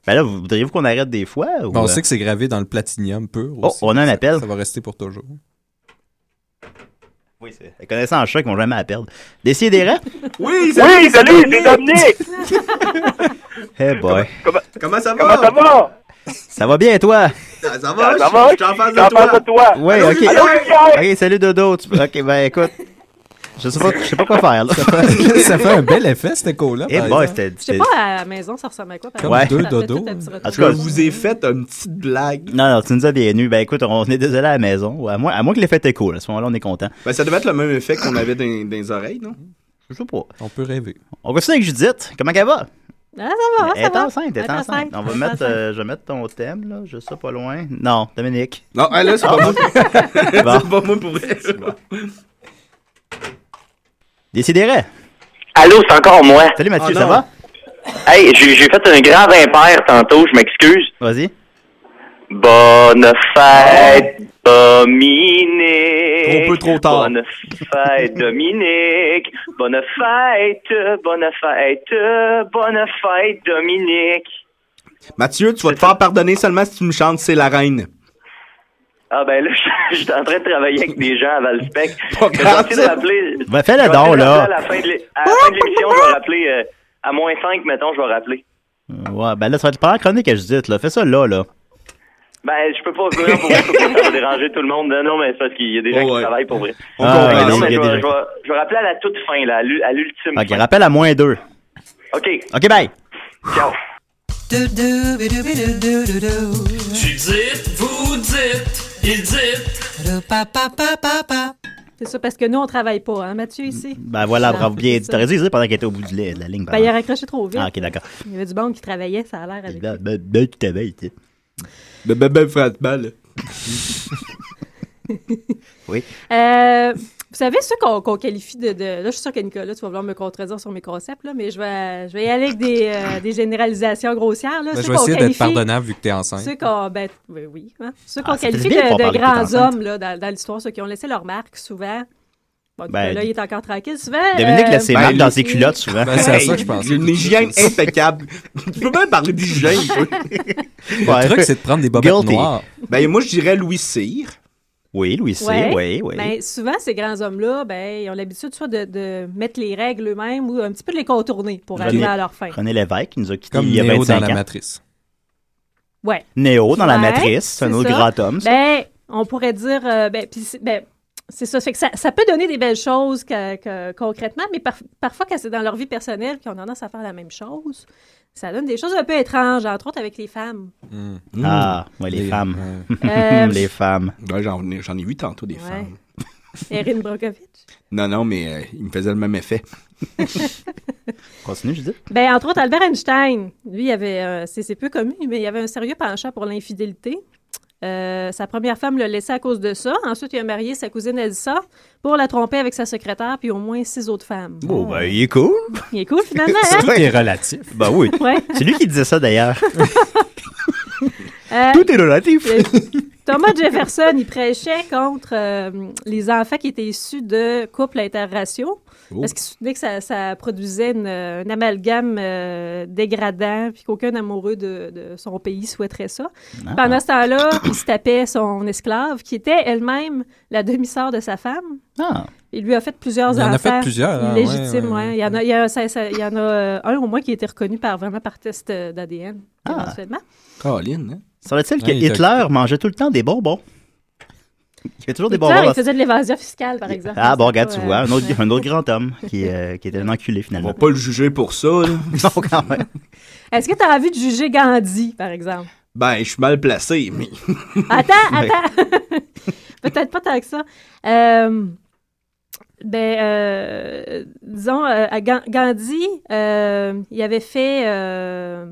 Speaker 7: Ben là, vous voudriez-vous qu'on arrête des fois? Ou... euh?
Speaker 17: Bon, Ben, on sait que c'est gravé dans le platinium pur.
Speaker 7: Oh,
Speaker 17: aussi.
Speaker 7: on a un
Speaker 17: Ça-
Speaker 7: appel.
Speaker 17: Ça va rester pour toujours.
Speaker 7: Oui, c'est- les connaissants en choc, ils vont jamais la perdre. Décidérez.
Speaker 9: Oui,
Speaker 7: Oui, salut, c'est
Speaker 9: Dominique!
Speaker 7: Eh boy.
Speaker 9: Comment ça
Speaker 7: Comment
Speaker 9: va?
Speaker 7: ça va? Ça va bien, toi?
Speaker 9: Ça, ça va?
Speaker 7: Ça va?
Speaker 9: Je suis en face
Speaker 7: Ça
Speaker 9: de toi.
Speaker 7: Oui,
Speaker 9: Allô,
Speaker 7: ok.
Speaker 9: Julien?
Speaker 7: Ok, salut Dodo. Tu peux- Ok, ben écoute. Je sais pas, je sais pas quoi faire, là.
Speaker 17: ça fait un bel effet, cette cola.
Speaker 7: Eh boy,
Speaker 12: Je
Speaker 7: c'était.
Speaker 12: sais
Speaker 7: c'était-
Speaker 12: pas, Ah, à la maison, ça ressemble à quoi? par
Speaker 7: Comme
Speaker 12: exemple?
Speaker 7: deux
Speaker 12: Ça fait
Speaker 7: dodos.
Speaker 12: tout un petit retour.
Speaker 7: En tout cas, vous
Speaker 9: ai fait une petite blague.
Speaker 7: Non, non, tu nous as bienvenus. Ben écoute, on est désolé à la maison. Ou À moins, à moins que l'effet était cool. À ce moment-là, on est content.
Speaker 9: Ben, ça devait être le même effet qu'on avait dans, dans les oreilles, non?
Speaker 7: Je sais pas.
Speaker 17: On peut rêver.
Speaker 7: On continue avec Judith. Comment elle va?
Speaker 12: Ah, ça va,
Speaker 7: Elle
Speaker 12: ça
Speaker 7: est
Speaker 12: va.
Speaker 7: enceinte, elle est enceinte. On va mettre, euh, je vais mettre ton thème, là, je sais pas loin. Non, Dominique.
Speaker 9: Non, hein, là, c'est pas moi. C'est
Speaker 7: Bon.
Speaker 9: pas moi pour vrai.
Speaker 7: Décidérez.
Speaker 11: Allô, c'est encore moi.
Speaker 7: Salut Mathieu,
Speaker 9: Ah,
Speaker 7: ça va?
Speaker 11: Hey, j'ai j'ai fait un grave impair tantôt, je m'excuse.
Speaker 7: Vas-y.
Speaker 11: Bonne fête, Dominique.
Speaker 9: Ah. Trop peu, trop tard.
Speaker 11: Bonne fête, Dominique. Bonne fête, bonne fête, bonne fête, Dominique.
Speaker 9: Mathieu, tu vas te faire pardonner seulement si tu me chantes C'est la reine.
Speaker 11: Ah ben là, je suis en train de travailler avec des gens à Valspec. Je vais essayer de rappeler.
Speaker 7: Ben, fais-le
Speaker 11: je vais essayer
Speaker 7: donc,
Speaker 11: de
Speaker 7: là.
Speaker 11: rappeler À la fin de l'é- à la fin de l'émission, je vais rappeler. euh, à moins 5, mettons, je vais rappeler.
Speaker 7: Euh, Ouais, ben là, ça va être pendant la chronique à Judith, là. Fais ça là, là.
Speaker 11: Ben, je peux pas courir pour vrai, parce que ça va déranger tout le monde. Non, Non, mais c'est parce qu'il y a des gens qui travaillent pour vrai.
Speaker 7: On comprend,
Speaker 11: Ben non,
Speaker 7: il
Speaker 11: mais
Speaker 7: y
Speaker 11: je
Speaker 7: a
Speaker 11: vais,
Speaker 7: des gens.
Speaker 11: je vais- je vais rappeler à la toute fin, là, à l'u- à
Speaker 8: Ah,
Speaker 11: l'ultime.
Speaker 7: Ok,
Speaker 11: fin.
Speaker 7: rappelle à moins deux.
Speaker 11: OK.
Speaker 7: Ok, bye.
Speaker 11: Ciao.
Speaker 3: Dites, vous dites, il dit.
Speaker 12: C'est ça, parce que nous, on travaille pas, hein, Mathieu, ici.
Speaker 17: Mm.
Speaker 7: Ben voilà, bravo, bien dit.
Speaker 12: ça.
Speaker 7: T'aurais dû le dire pendant qu'elle était au bout du lait- de la ligne.
Speaker 12: Ben, il a raccroché trop vite.
Speaker 7: Ah, ok, d'accord.
Speaker 12: Il y avait du monde qui travaillait, ça a l'air avec.
Speaker 7: Ben, ben, ben, tu t'avais été.
Speaker 9: Ben, ben, ben, frappement, là.
Speaker 7: Oui.
Speaker 17: Mm.
Speaker 12: Euh, vous savez, ceux qu'on qu'on qualifie de, de- Là, je suis sûre que Nicolas, tu vas vouloir me contredire sur mes concepts, là, mais je vais, je vais y aller avec des, euh, des généralisations grossières. Là.
Speaker 17: Ben,
Speaker 12: Ceux
Speaker 17: je vais
Speaker 12: qu'on
Speaker 17: essayer d'être
Speaker 12: qualifie-
Speaker 17: pardonnable vu que t'es enceinte.
Speaker 12: Ceux qu'on ben, oui, oui, hein. Ceux
Speaker 17: Ah,
Speaker 12: qu'on
Speaker 17: ça fait
Speaker 12: qualifie
Speaker 17: du bien de
Speaker 12: de,
Speaker 17: pas
Speaker 12: de
Speaker 17: parler que t'es
Speaker 12: grands
Speaker 17: enceinte.
Speaker 12: hommes là, dans, dans l'histoire, ceux qui ont laissé leur marque souvent. Bon,
Speaker 7: Ben,
Speaker 12: là, il est encore tranquille souvent.
Speaker 7: Dominique
Speaker 12: euh,
Speaker 7: laisse ses
Speaker 9: ben,
Speaker 7: marques dans
Speaker 9: lui-
Speaker 7: ses culottes souvent.
Speaker 9: Ben, c'est à ça que je pensais. Une hygiène impeccable. tu peux même parler d'hygiène, toi.
Speaker 7: Le Ouais. truc, c'est de prendre des bobettes Guilty. noires.
Speaker 9: Ben, moi, je dirais Louis Cyr.
Speaker 7: Oui, Louis C,
Speaker 12: Ouais.
Speaker 7: oui, oui.
Speaker 12: Ben, souvent, ces grands hommes-là, ben, ils ont l'habitude soit de, de mettre les règles eux-mêmes ou un petit peu de les contourner pour arriver à leur fin.
Speaker 7: René Lévesque, qui nous a quittés
Speaker 17: Comme
Speaker 7: il y a
Speaker 17: Néo
Speaker 7: 25
Speaker 17: dans la
Speaker 7: ans.
Speaker 17: matrice.
Speaker 12: Ouais.
Speaker 7: Néo dans la
Speaker 12: Ouais,
Speaker 7: matrice, c'est un autre
Speaker 12: ça.
Speaker 7: grand homme. ça.
Speaker 12: Ben, on pourrait dire, euh, ben, puis c'est- ben, c'est ça. Fait que ça, ça peut donner des belles choses que- Euh, que- concrètement, mais par- parfois, quand c'est dans leur vie personnelle qu'on a tendance à faire la même chose, ça donne des choses un peu étranges, entre autres avec les femmes.
Speaker 9: Hmm.
Speaker 7: Ah, ouais, les, femmes.
Speaker 12: Euh,
Speaker 7: les femmes.
Speaker 9: Ouais, j'en, venais- j'en ai vu tantôt des
Speaker 12: Ouais.
Speaker 9: femmes.
Speaker 12: Erin Brockovich.
Speaker 9: Non, non, mais euh, il me faisait le même effet.
Speaker 7: Continue, je dis.
Speaker 12: Ben, entre autres, Albert Einstein, lui, il avait, euh, c'est c'est peu connu, mais il avait un sérieux penchant pour l'infidélité. Euh, sa première femme l'a laissé à cause de ça. Ensuite, il a marié sa cousine Elsa pour la tromper avec sa secrétaire puis au moins six autres femmes.
Speaker 7: Bon, ben, il est cool.
Speaker 12: Il est cool, finalement, hein?
Speaker 7: Tout est relatif. Ben oui.
Speaker 12: Ouais.
Speaker 7: C'est lui qui disait ça, d'ailleurs.
Speaker 12: Euh,
Speaker 7: Tout est relatif.
Speaker 12: il y a- Thomas Jefferson, il prêchait contre euh, les enfants qui étaient issus de couples interraciaux.
Speaker 8: Oh.
Speaker 12: Parce qu'il soutenait que ça, ça produisait une, euh, un amalgame euh, dégradant, puis qu'aucun amoureux de, de son pays souhaiterait ça.
Speaker 16: Ah.
Speaker 12: Pendant ce temps-là, il se tapait son esclave, qui était elle-même la demi-sœur de sa femme. Il lui a fait plusieurs
Speaker 17: Il en
Speaker 12: enfants.
Speaker 17: a fait plusieurs, hein,
Speaker 12: illégitimes,
Speaker 17: ouais, ouais,
Speaker 12: ouais. Il y en a, il y a- ça- ça- il y en a, euh, un au moins qui a été reconnu par, vraiment par test euh, d'ADN, éventuellement.
Speaker 7: Caroline, hein? Serait-il que
Speaker 8: Ouais, il est
Speaker 7: Hitler mangeait tout le temps des bonbons? Il fait toujours des
Speaker 12: Hitler,
Speaker 7: bonbons. dans-
Speaker 12: il faisait de l'évasion fiscale, par exemple.
Speaker 7: Ah, bon,
Speaker 12: C'est
Speaker 7: regarde,
Speaker 12: pas,
Speaker 7: tu
Speaker 12: euh,
Speaker 7: vois, un autre,
Speaker 12: ouais.
Speaker 7: un autre grand homme qui, euh, qui était un enculé, finalement. On va
Speaker 9: pas le juger pour ça,
Speaker 7: Non, quand même.
Speaker 12: Est-ce que tu as envie de juger Gandhi, par exemple?
Speaker 9: Ben, je suis mal placé, mais.
Speaker 12: Attends,
Speaker 9: Ouais.
Speaker 12: attends. Peut-être pas tant que ça. Euh, ben, euh, disons, euh, à Gan- Gandhi, euh, il avait fait, euh,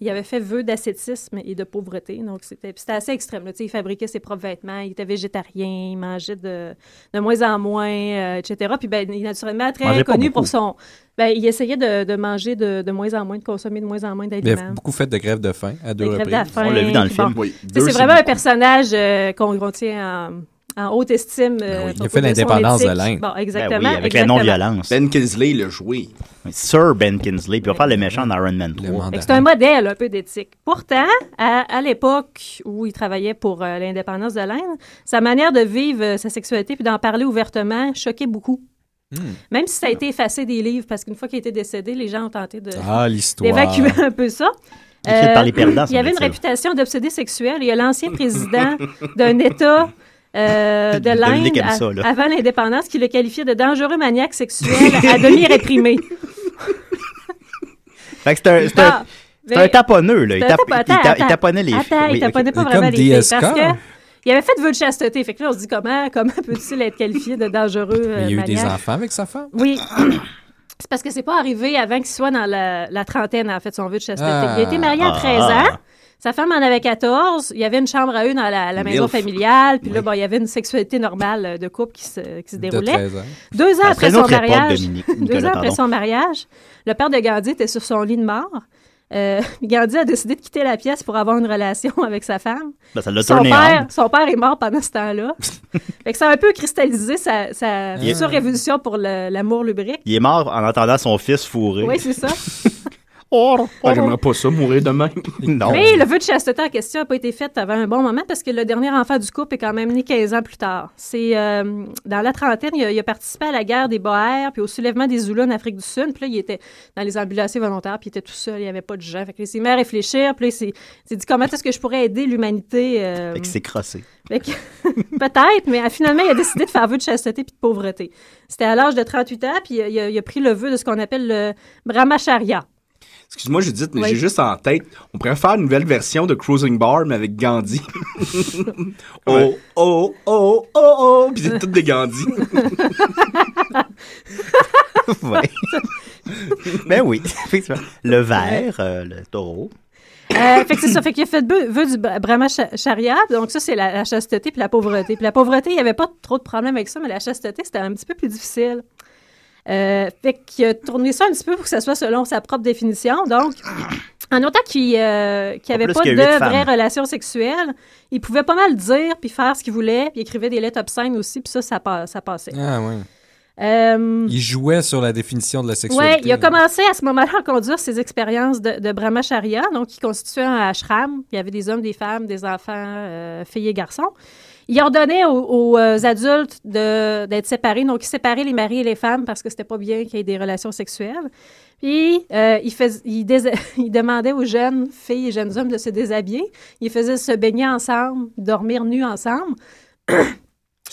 Speaker 12: il avait fait vœu d'ascétisme et de pauvreté. Donc, c'était puis c'était assez extrême. là. Tu sais, Il fabriquait ses propres vêtements, il était végétarien, il mangeait de, de moins en moins, euh, etc. Puis, ben, il est naturellement très
Speaker 17: Mangeait pas
Speaker 12: connu
Speaker 17: beaucoup.
Speaker 12: pour son... Ben, il essayait de, de manger de, de moins en moins, de consommer de moins en moins
Speaker 17: Il a
Speaker 12: d'aliments.
Speaker 17: beaucoup fait de grève de faim à deux
Speaker 12: Des crèves
Speaker 17: reprises.
Speaker 12: de la faim, puis bon. Tu sais, C'est vraiment un personnage euh, qu'on qu'on tient en, en haute estime. euh,
Speaker 17: Ben il a
Speaker 12: pour
Speaker 17: fait
Speaker 12: cause son
Speaker 17: l'indépendance de
Speaker 12: éthique.
Speaker 17: l'Inde.
Speaker 12: Bon, exactement.
Speaker 7: Ben oui, avec
Speaker 12: exactement.
Speaker 7: la non-violence. Ben
Speaker 9: Kinsley l'a joué.
Speaker 7: Sir Ben Kinsley, puis on va faire le méchant dans Iron Man 3.
Speaker 12: Fait que C'est un modèle un peu d'éthique. Pourtant, à, à l'époque où il travaillait pour euh, l'indépendance de l'Inde, sa manière de vivre euh, sa sexualité puis d'en parler ouvertement choquait beaucoup.
Speaker 17: Hmm.
Speaker 12: Même si ça a été effacé des livres, parce qu'une fois qu'il était décédé, les gens ont tenté de
Speaker 17: Ah, l'histoire.
Speaker 12: d'évacuer un peu ça. Euh,
Speaker 17: Écrite par les perdants,
Speaker 12: il y avait une
Speaker 17: semble-t-il.
Speaker 12: réputation d'obsédé sexuel. Il y a l'ancien président d'un État euh, de l'Inde
Speaker 7: Dominique aime ça,
Speaker 12: a-
Speaker 7: là.
Speaker 12: avant l'indépendance qui le qualifiait de dangereux maniaque sexuel à demi réprimé.
Speaker 7: Fait que c'est un, c'est un,
Speaker 12: Ah,
Speaker 7: c'est
Speaker 12: mais-
Speaker 7: un taponneux, là. Il,
Speaker 12: C'est un
Speaker 7: tape-
Speaker 12: tapo-
Speaker 7: il
Speaker 12: attends,
Speaker 7: ta- il
Speaker 12: attends.
Speaker 7: taponnait les filles.
Speaker 12: Attends,
Speaker 7: Oui,
Speaker 12: il taponnait
Speaker 7: ok.
Speaker 12: pas vraiment les filles. Parce que il avait fait de vœu de chasteté. Fait que là, on se dit comment, comment peut-il être qualifié de dangereux euh,
Speaker 17: Mais il y a eu des
Speaker 12: maniaque?
Speaker 17: enfants avec sa femme.
Speaker 12: Oui. C'est parce que c'est pas arrivé avant qu'il soit dans la, la trentaine, en fait, son vœu de chasteté.
Speaker 17: Ah.
Speaker 12: Il a été marié à
Speaker 17: Ah.
Speaker 12: 13 ans. Sa femme en avait 14. Il y avait une chambre à eux dans la, la
Speaker 17: Milf.
Speaker 12: maison familiale. Puis là, bon, il y avait une sexualité normale euh, de couple qui se, qui se déroulait.
Speaker 17: 13 ans.
Speaker 12: Deux ans
Speaker 17: Ah,
Speaker 12: après
Speaker 17: c'est une
Speaker 12: son
Speaker 17: autre époque,
Speaker 12: mariage,
Speaker 17: Dominique.
Speaker 7: Ben,
Speaker 12: deux
Speaker 17: Nicolas,
Speaker 12: ans après
Speaker 17: pardon.
Speaker 12: son mariage, le père de Gandhi était sur son lit de mort. Euh, Gandhi a décidé de quitter la pièce pour avoir une relation avec sa femme.
Speaker 7: Ben, ça l'a
Speaker 12: son,
Speaker 7: tourné
Speaker 12: père,
Speaker 7: en.
Speaker 12: son père est mort pendant ce temps-là. fait que ça a un peu cristallisé sa, sa
Speaker 7: Il est-
Speaker 12: future révolution pour le- l'amour lubrique.
Speaker 7: Il est mort en entendant son fils fourrer.
Speaker 12: Oui, c'est ça.
Speaker 9: Ah, J'aimerais pas ça, mourir de même.
Speaker 7: non.
Speaker 12: Mais le vœu de chasteté en question n'a pas été fait avant un bon moment parce que le dernier enfant du couple est quand même né 15 ans plus tard. C'est euh, dans la trentaine, il a, il a participé à la guerre des Boers puis au soulèvement des Zulus en Afrique du Sud. Puis là, il était dans les ambulanciers volontaires puis il était tout seul, il n'y avait pas de gens. Fait que là, il s'est mis à réfléchir. Puis là, il s'est- il s'est dit comment est-ce que je pourrais aider l'humanité. euh,
Speaker 7: Fait qu'il s'est crossé.
Speaker 12: fait que- Peut-être, mais euh, finalement, il a décidé de faire vœu de chasteté puis de pauvreté. C'était à l'âge de 38 ans, puis euh, il a, il a pris le vœu de ce qu'on appelle le
Speaker 17: Ah
Speaker 12: brahmacharya.
Speaker 9: Excuse-moi, Judith, mais
Speaker 12: Oui.
Speaker 9: j'ai juste en tête, on pourrait faire une nouvelle version de Cruising Bar, mais avec Gandhi. oh, oh, oh, oh, oh, puis c'est tout des Gandhi.
Speaker 7: Ouais. ben oui, effectivement. Le verre, euh, le taureau.
Speaker 12: Euh, fait que c'est ça. Fait qu'il a fait vœu, vœu du bra- brahmacharya. Donc, ça, c'est la, la chasteté puis la pauvreté. Puis la pauvreté, il n'y avait pas trop de problèmes avec ça, mais la chasteté, c'était un petit peu plus difficile. Euh, fait qu'il a tourné ça un petit peu pour que ça soit selon sa propre définition. Donc, en autant qu'il euh, qu'il
Speaker 7: Pas
Speaker 12: avait
Speaker 7: plus
Speaker 12: pas
Speaker 7: que
Speaker 12: de
Speaker 7: huit femmes.
Speaker 12: vraies relations sexuelles, il pouvait pas mal dire puis faire ce qu'il voulait. Puis il écrivait des lettres obscènes aussi, puis ça, ça, pa- ça passait.
Speaker 17: Ah, ouais.
Speaker 12: Euh,
Speaker 17: Il jouait sur la définition de la
Speaker 12: oui,
Speaker 17: sexualité.
Speaker 12: il a commencé à ce moment-là à conduire ses expériences de, de brahmacharya, donc qui constituait un ashram. Il y avait des hommes, des femmes, des enfants, euh, filles et garçons. Il ordonnait aux, aux, euh, adultes de- d'être séparés, donc il séparait les maris et les femmes parce que c'était pas bien qu'il y ait des relations sexuelles. Puis euh, il, fais- il, dés- il demandait aux jeunes filles et jeunes hommes de se déshabiller. Il faisait se baigner ensemble, dormir nus ensemble.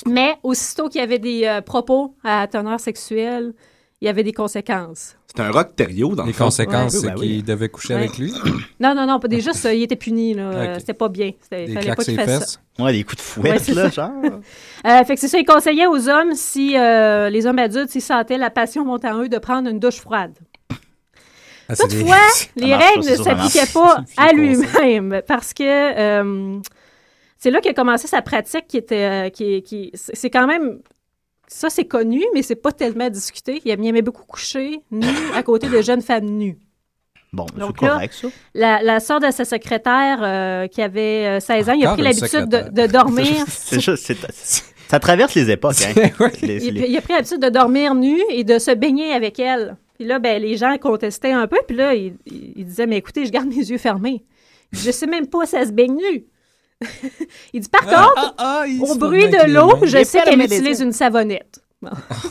Speaker 12: Mais aussitôt qu'il y avait des euh, propos à teneur sexuelle, il y avait des conséquences.
Speaker 9: C'est un rock terriot, dans
Speaker 17: Les
Speaker 9: le fond.
Speaker 17: conséquences,
Speaker 9: Ouais,
Speaker 17: c'est
Speaker 9: ben oui.
Speaker 17: qu'il devait coucher
Speaker 12: Ouais.
Speaker 17: avec lui.
Speaker 12: Non, non, non, pas déjà ça. Il était puni, là. Euh,
Speaker 17: Ok.
Speaker 12: C'était pas bien. C'était-
Speaker 17: Des
Speaker 12: fallait
Speaker 17: claques
Speaker 12: pas
Speaker 17: sur
Speaker 12: qu'il
Speaker 17: les
Speaker 12: fasse
Speaker 17: fesses.
Speaker 12: ça.
Speaker 7: Ouais, des coups de fouette,
Speaker 12: Ouais,
Speaker 7: là,
Speaker 12: c'est ça.
Speaker 7: genre.
Speaker 12: Euh, fait que c'est ça, il conseillait aux hommes, si euh, les hommes adultes, s'ils sentaient la passion monter en eux, de prendre une douche froide.
Speaker 17: Ah,
Speaker 12: Toutefois, les règles ne s'appliquaient pas à lui-même parce que euh, c'est là qu'a commencé sa pratique qui était. euh, qui, qui- c'est c'est quand même. Ça, c'est connu, mais c'est pas tellement discuté. Il aimait beaucoup coucher nu à côté de jeunes femmes nues.
Speaker 7: Bon, c'est
Speaker 12: là,
Speaker 7: correct, ça.
Speaker 12: La, la sœur de sa secrétaire euh, qui avait euh, 16 ans, il a
Speaker 7: Encore
Speaker 12: pris
Speaker 7: une
Speaker 12: l'habitude de,
Speaker 7: secrétaire.
Speaker 12: de dormir.
Speaker 7: C'est juste, c'est- c'est- ça traverse les époques. Hein. Les-
Speaker 12: il,
Speaker 7: les-
Speaker 12: il a pris l'habitude de dormir nu et de se baigner avec elle. Puis là, ben, les gens contestaient un peu. Puis là, il, il- il disait, mais écoutez, je garde mes yeux fermés. Je sais même pas si elle se baigne nu. il dit, par
Speaker 13: Ah,
Speaker 12: contre, au
Speaker 13: se
Speaker 12: bruit
Speaker 13: fourre avec
Speaker 12: de
Speaker 13: les
Speaker 12: l'eau,
Speaker 13: mains.
Speaker 12: je
Speaker 13: Il
Speaker 12: sais
Speaker 13: ferme
Speaker 12: qu'elle
Speaker 13: les
Speaker 12: utilise
Speaker 13: yeux.
Speaker 12: une savonnette.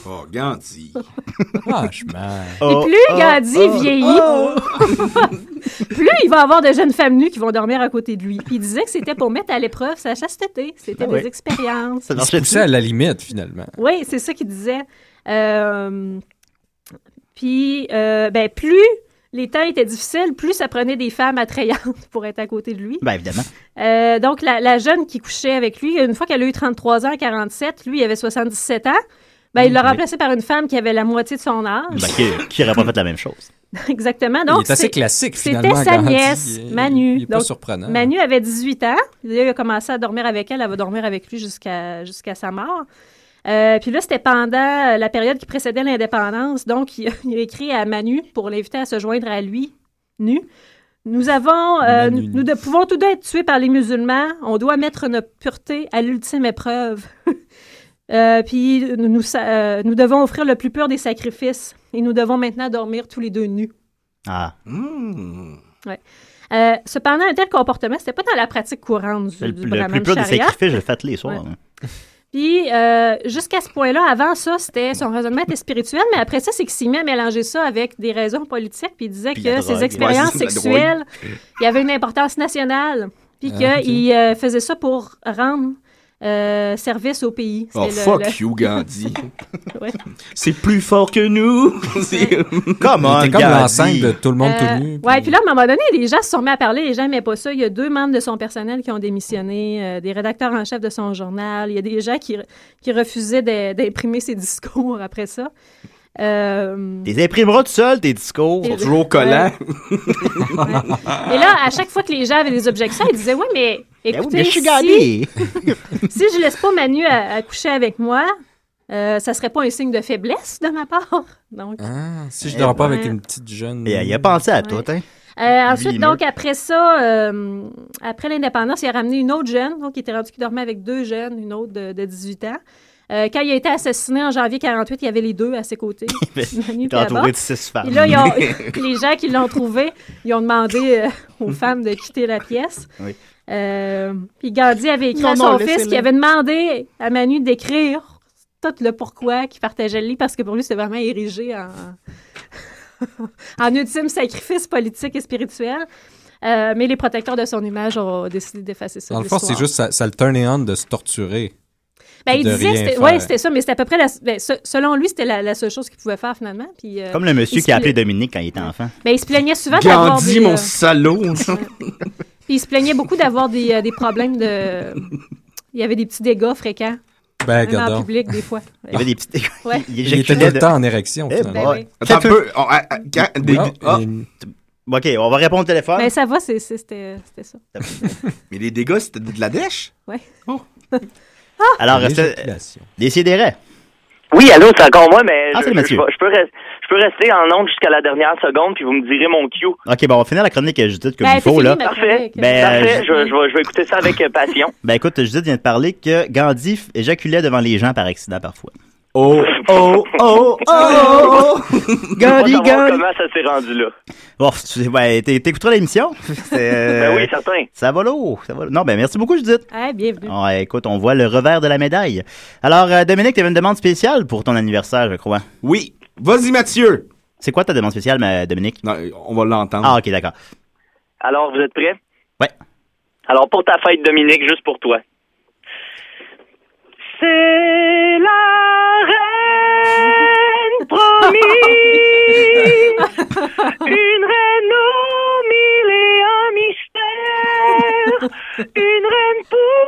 Speaker 9: Oh, Gandhi.
Speaker 17: Franchement.
Speaker 12: Et plus Gandhi
Speaker 8: Oh.
Speaker 12: vieillit, plus il va avoir de jeunes femmes nues qui vont dormir à côté de lui. Puis il disait que c'était pour mettre à l'épreuve sa chasteté. C'était
Speaker 17: Ah
Speaker 12: des
Speaker 17: oui.
Speaker 12: expériences.
Speaker 17: Ça se poussait à la limite, finalement.
Speaker 12: Oui, c'est ça qu'il disait. Euh, puis, euh, ben, plus les temps étaient difficiles, plus ça prenait des femmes attrayantes pour être à côté de lui.
Speaker 7: Ben, évidemment.
Speaker 12: Euh, donc, la, la jeune qui couchait avec lui, une fois qu'elle a eu 33 ans, 47, lui, il avait 77 ans. Ben, il l'a remplacé par une femme qui avait la moitié de son âge.
Speaker 7: Mm-hmm. Ben, qui- qui n'aurait pas fait la même chose?
Speaker 12: Exactement.
Speaker 7: Il
Speaker 12: Donc,
Speaker 7: est assez
Speaker 12: c'est-
Speaker 7: classique,
Speaker 12: C'était
Speaker 7: finalement,
Speaker 12: sa
Speaker 7: Gandhi.
Speaker 12: nièce,
Speaker 7: Il est-
Speaker 12: Manu.
Speaker 7: il est pas
Speaker 12: Donc,
Speaker 7: surprenant.
Speaker 12: Manu avait 18 ans. Il a commencé à dormir avec elle. Elle va dormir avec lui jusqu'à jusqu'à sa mort. Euh, puis là, c'était pendant euh, la période qui précédait l'indépendance. Donc, il, a- il a écrit à Manu pour l'inviter à se joindre à lui, nu. Nous avons, euh, nous, nous ne pouvons tous deux être tués par les musulmans. On doit mettre notre pureté à l'ultime épreuve. Euh, puis nous, nous, sa- euh, nous devons offrir le plus pur des sacrifices et nous devons maintenant dormir tous les deux nus.
Speaker 7: Ah.
Speaker 12: Ouais. Euh, cependant, un tel comportement, c'était pas dans la pratique courante du,
Speaker 7: Le,
Speaker 12: du
Speaker 7: le
Speaker 12: Brahman
Speaker 7: plus pur des
Speaker 12: Sharia.
Speaker 7: sacrifices, je le fais les soirs.
Speaker 12: Ouais.
Speaker 7: hein.
Speaker 12: Puis, euh, jusqu'à ce point-là, avant ça, c'était son raisonnement était spirituel, mais après ça, c'est qu'il s'y met à mélanger ça avec des raisons politiques, puis il disait
Speaker 7: Puis la
Speaker 12: que
Speaker 7: drogue.
Speaker 12: ses expériences
Speaker 7: Ouais, c'est la
Speaker 12: sexuelles,
Speaker 7: drogue.
Speaker 12: il y avait une importance nationale, puis
Speaker 9: Ah,
Speaker 12: qu'il euh,
Speaker 9: ok.
Speaker 12: faisait ça pour rendre euh, service au pays.
Speaker 9: Oh,
Speaker 12: C'était le-
Speaker 9: fuck
Speaker 12: le-
Speaker 9: you, Gandhi.
Speaker 12: Ouais.
Speaker 9: C'est plus fort que nous. C'est
Speaker 7: Come on,
Speaker 8: C'est comme
Speaker 7: Gandhi.
Speaker 8: l'enceinte de tout le monde
Speaker 12: Euh,
Speaker 8: tout nu.
Speaker 12: Ouais, puis là, à un moment donné, les gens se sont mis à parler, les gens n'aimaient pas ça. Il y a deux membres de son personnel qui ont démissionné, euh, des rédacteurs en chef de son journal. Il y a des gens qui, qui refusaient de- d'imprimer ses discours après ça. Euh,
Speaker 7: T'es imprimera tout seul, tes discours.
Speaker 12: Sont toujours collants. et là, à chaque fois que les gens avaient des objections, ils disaient Oui, mais
Speaker 7: Ben oui,
Speaker 12: écoutez,
Speaker 7: mais je suis
Speaker 12: si-
Speaker 7: gagné.
Speaker 12: si je laisse pas Manu à, à coucher avec moi, euh, ça serait pas un signe de faiblesse de ma part. Donc,
Speaker 8: Ah, si je
Speaker 7: Eh
Speaker 8: dors pas
Speaker 12: ben.
Speaker 8: avec une petite jeune.
Speaker 7: Il a- il a pensé à tout, hein.
Speaker 12: Euh, ensuite, donc, après ça, euh, après l'indépendance, il a ramené une autre jeune, donc il était rendu qu'il dormait avec deux jeunes, une autre de, de 18 ans. Euh, quand il a été assassiné en janvier 48, il y avait les deux à ses côtés. Manu
Speaker 7: Il est
Speaker 12: puis Abba.
Speaker 7: entouré de six femmes.
Speaker 12: Puis là, ils ont- les gens qui l'ont trouvé, ils ont demandé euh, aux femmes de quitter la pièce.
Speaker 7: Oui.
Speaker 12: Euh, puis Gandhi avait écrit
Speaker 10: Non,
Speaker 12: à
Speaker 10: non,
Speaker 12: son fils
Speaker 10: laissez-le.
Speaker 12: qui avait demandé à Manu d'écrire tout le pourquoi qu'il partageait le lit parce que pour lui, c'était vraiment érigé en, en ultime sacrifice politique et spirituel. Euh, mais les protecteurs de son image ont décidé d'effacer ça.
Speaker 8: Dans
Speaker 12: de
Speaker 8: le fond, c'est
Speaker 12: l'histoire.
Speaker 8: juste ça, ça le turn on de se torturer.
Speaker 12: Ben, il
Speaker 8: de
Speaker 12: disait, que
Speaker 8: rien
Speaker 12: c'était-
Speaker 8: faire.
Speaker 12: ouais, c'était ça, mais c'était à peu près la. ben, se- selon lui, c'était la, la seule chose qu'il pouvait faire finalement. Puis, euh,
Speaker 7: Comme le monsieur
Speaker 12: il se
Speaker 7: qui a appelé
Speaker 12: pla-
Speaker 7: Dominique quand il était enfant.
Speaker 12: Ben, il se plaignait souvent d'avoir.
Speaker 9: Gandhi,
Speaker 12: des,
Speaker 9: mon
Speaker 12: euh,
Speaker 9: salaud.
Speaker 12: Puis il se plaignait beaucoup d'avoir des, euh, des problèmes de. Il y avait des petits dégâts fréquents.
Speaker 8: Ben,
Speaker 12: même en
Speaker 8: regardons.
Speaker 12: public, des fois.
Speaker 7: Il y avait des petits dégâts.
Speaker 12: Ouais.
Speaker 8: Il était tout le temps en érection,
Speaker 7: Eh
Speaker 8: finalement.
Speaker 7: boy.
Speaker 12: Ben
Speaker 9: Attends un peu. on- à- à- quand- des-
Speaker 7: Oh,
Speaker 9: ah.
Speaker 7: OK, on va répondre au téléphone.
Speaker 12: Mais ça va, c'est- c'est- c'était c'était ça.
Speaker 9: Mais les dégâts, c'était de la dèche?
Speaker 12: Ouais.
Speaker 7: Alors,
Speaker 9: Les
Speaker 7: c'était- Décidérez.
Speaker 11: Oui, allô, c'est encore moi, mais
Speaker 7: Ah,
Speaker 11: je,
Speaker 7: c'est
Speaker 11: je-
Speaker 7: Mathieu.
Speaker 11: je- je peux res- je peux rester en onde jusqu'à la dernière seconde, puis vous me direz mon cue.
Speaker 7: OK, bon, on va finir la chronique à Judith comme il faut, là.
Speaker 11: Parfait.
Speaker 7: Ben,
Speaker 11: Parfait.
Speaker 7: euh,
Speaker 11: Je, je vais, je vais écouter ça avec euh, passion.
Speaker 7: Ben, écoute, Judith vient de parler que Gandhi f- éjaculait devant les gens par accident parfois.
Speaker 9: Oh, oh, oh,
Speaker 7: oh,
Speaker 11: Gandhi,
Speaker 7: Gandhi, Gandhi.
Speaker 11: comment ça s'est rendu là.
Speaker 7: Bon, tu, ben, t'é- t'écouteras l'émission. C'est, euh,
Speaker 11: Ben oui, certain.
Speaker 7: Ça va l'eau. Ça va l'eau. Non, ben, merci beaucoup, Judith.
Speaker 12: Ah, bienvenue.
Speaker 7: Ah, écoute, on voit le revers de la médaille. Alors, euh, Dominique, tu avais une demande spéciale pour ton anniversaire, je crois.
Speaker 9: Oui. Vas-y, Mathieu.
Speaker 7: C'est quoi ta demande spéciale, ma- Dominique?
Speaker 9: on va l'entendre.
Speaker 7: Ah, OK, d'accord.
Speaker 11: Alors, vous êtes prêts?
Speaker 7: Ouais.
Speaker 11: Alors, pour ta fête, Dominique, juste pour toi.
Speaker 13: C'est la reine promise, une reine aux mille et un mystères, une reine pour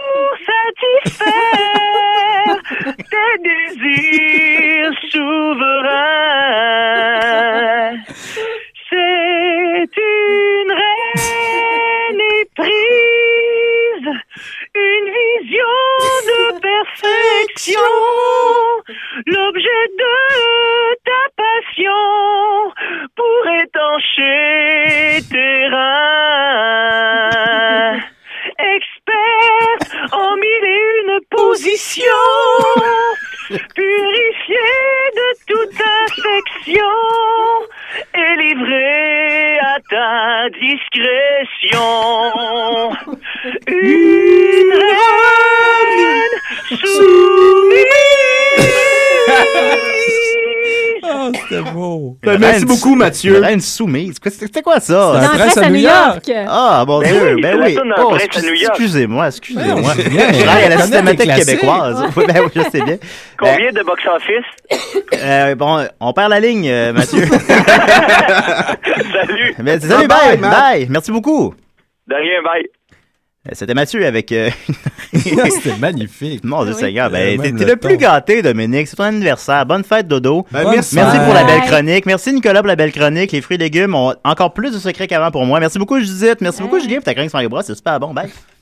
Speaker 13: satisfaire tes désirs souverains. C'est une reine éprise, une vision de perfection, l'objet de ta passion pourrait en
Speaker 16: marché terrain. Expert en mille et une positions, purifié de toute infection et livré à ta discrétion. Une reine soumise.
Speaker 17: Ah, c'était beau.
Speaker 7: Ben,
Speaker 9: merci beaucoup, Mathieu.
Speaker 7: Reine soumise. Quoi, C'était c'était quoi ça?
Speaker 12: C'est dans Prince à New York.
Speaker 7: Ah, mon
Speaker 12: Ben
Speaker 7: Dieu.
Speaker 12: oui,
Speaker 7: Ben
Speaker 12: c'est
Speaker 7: oui.
Speaker 12: ça, dans
Speaker 7: Oh,
Speaker 12: Prince à
Speaker 7: excuse-
Speaker 12: New York.
Speaker 7: excusez-moi, excusez-moi.
Speaker 11: Ouais, on-
Speaker 7: Je travaille à la
Speaker 11: Connaît les
Speaker 7: Cinémathèque
Speaker 11: classiques.
Speaker 7: québécoise. Oui, ben oui, je sais bien.
Speaker 11: Combien de box-office?
Speaker 7: Euh, bon, on perd la ligne, euh, Mathieu.
Speaker 11: Salut.
Speaker 7: Mais, salut,
Speaker 11: Bye-bye,
Speaker 7: bye,
Speaker 11: Matt.
Speaker 7: bye. Merci beaucoup.
Speaker 11: De rien, bye.
Speaker 7: Euh, C'était Mathieu avec. euh,
Speaker 17: C'était magnifique.
Speaker 7: Mon Dieu
Speaker 17: Oui.
Speaker 7: Seigneur, ben,
Speaker 17: Euh,
Speaker 7: t'es
Speaker 17: même
Speaker 7: t'es
Speaker 17: le
Speaker 7: le plus gâté, Dominique. C'est ton anniversaire. Bonne fête, Dodo.
Speaker 17: Ben, Bonne
Speaker 7: merci
Speaker 17: fête.
Speaker 7: pour la belle
Speaker 17: Bye.
Speaker 7: chronique. Merci, Nicolas, pour la belle chronique. Les fruits et légumes ont encore plus de secrets qu'avant pour moi. Merci beaucoup, Judith. Merci beaucoup, Julien, pour ta chronique sur Mario Bros. C'est super bon. Bye.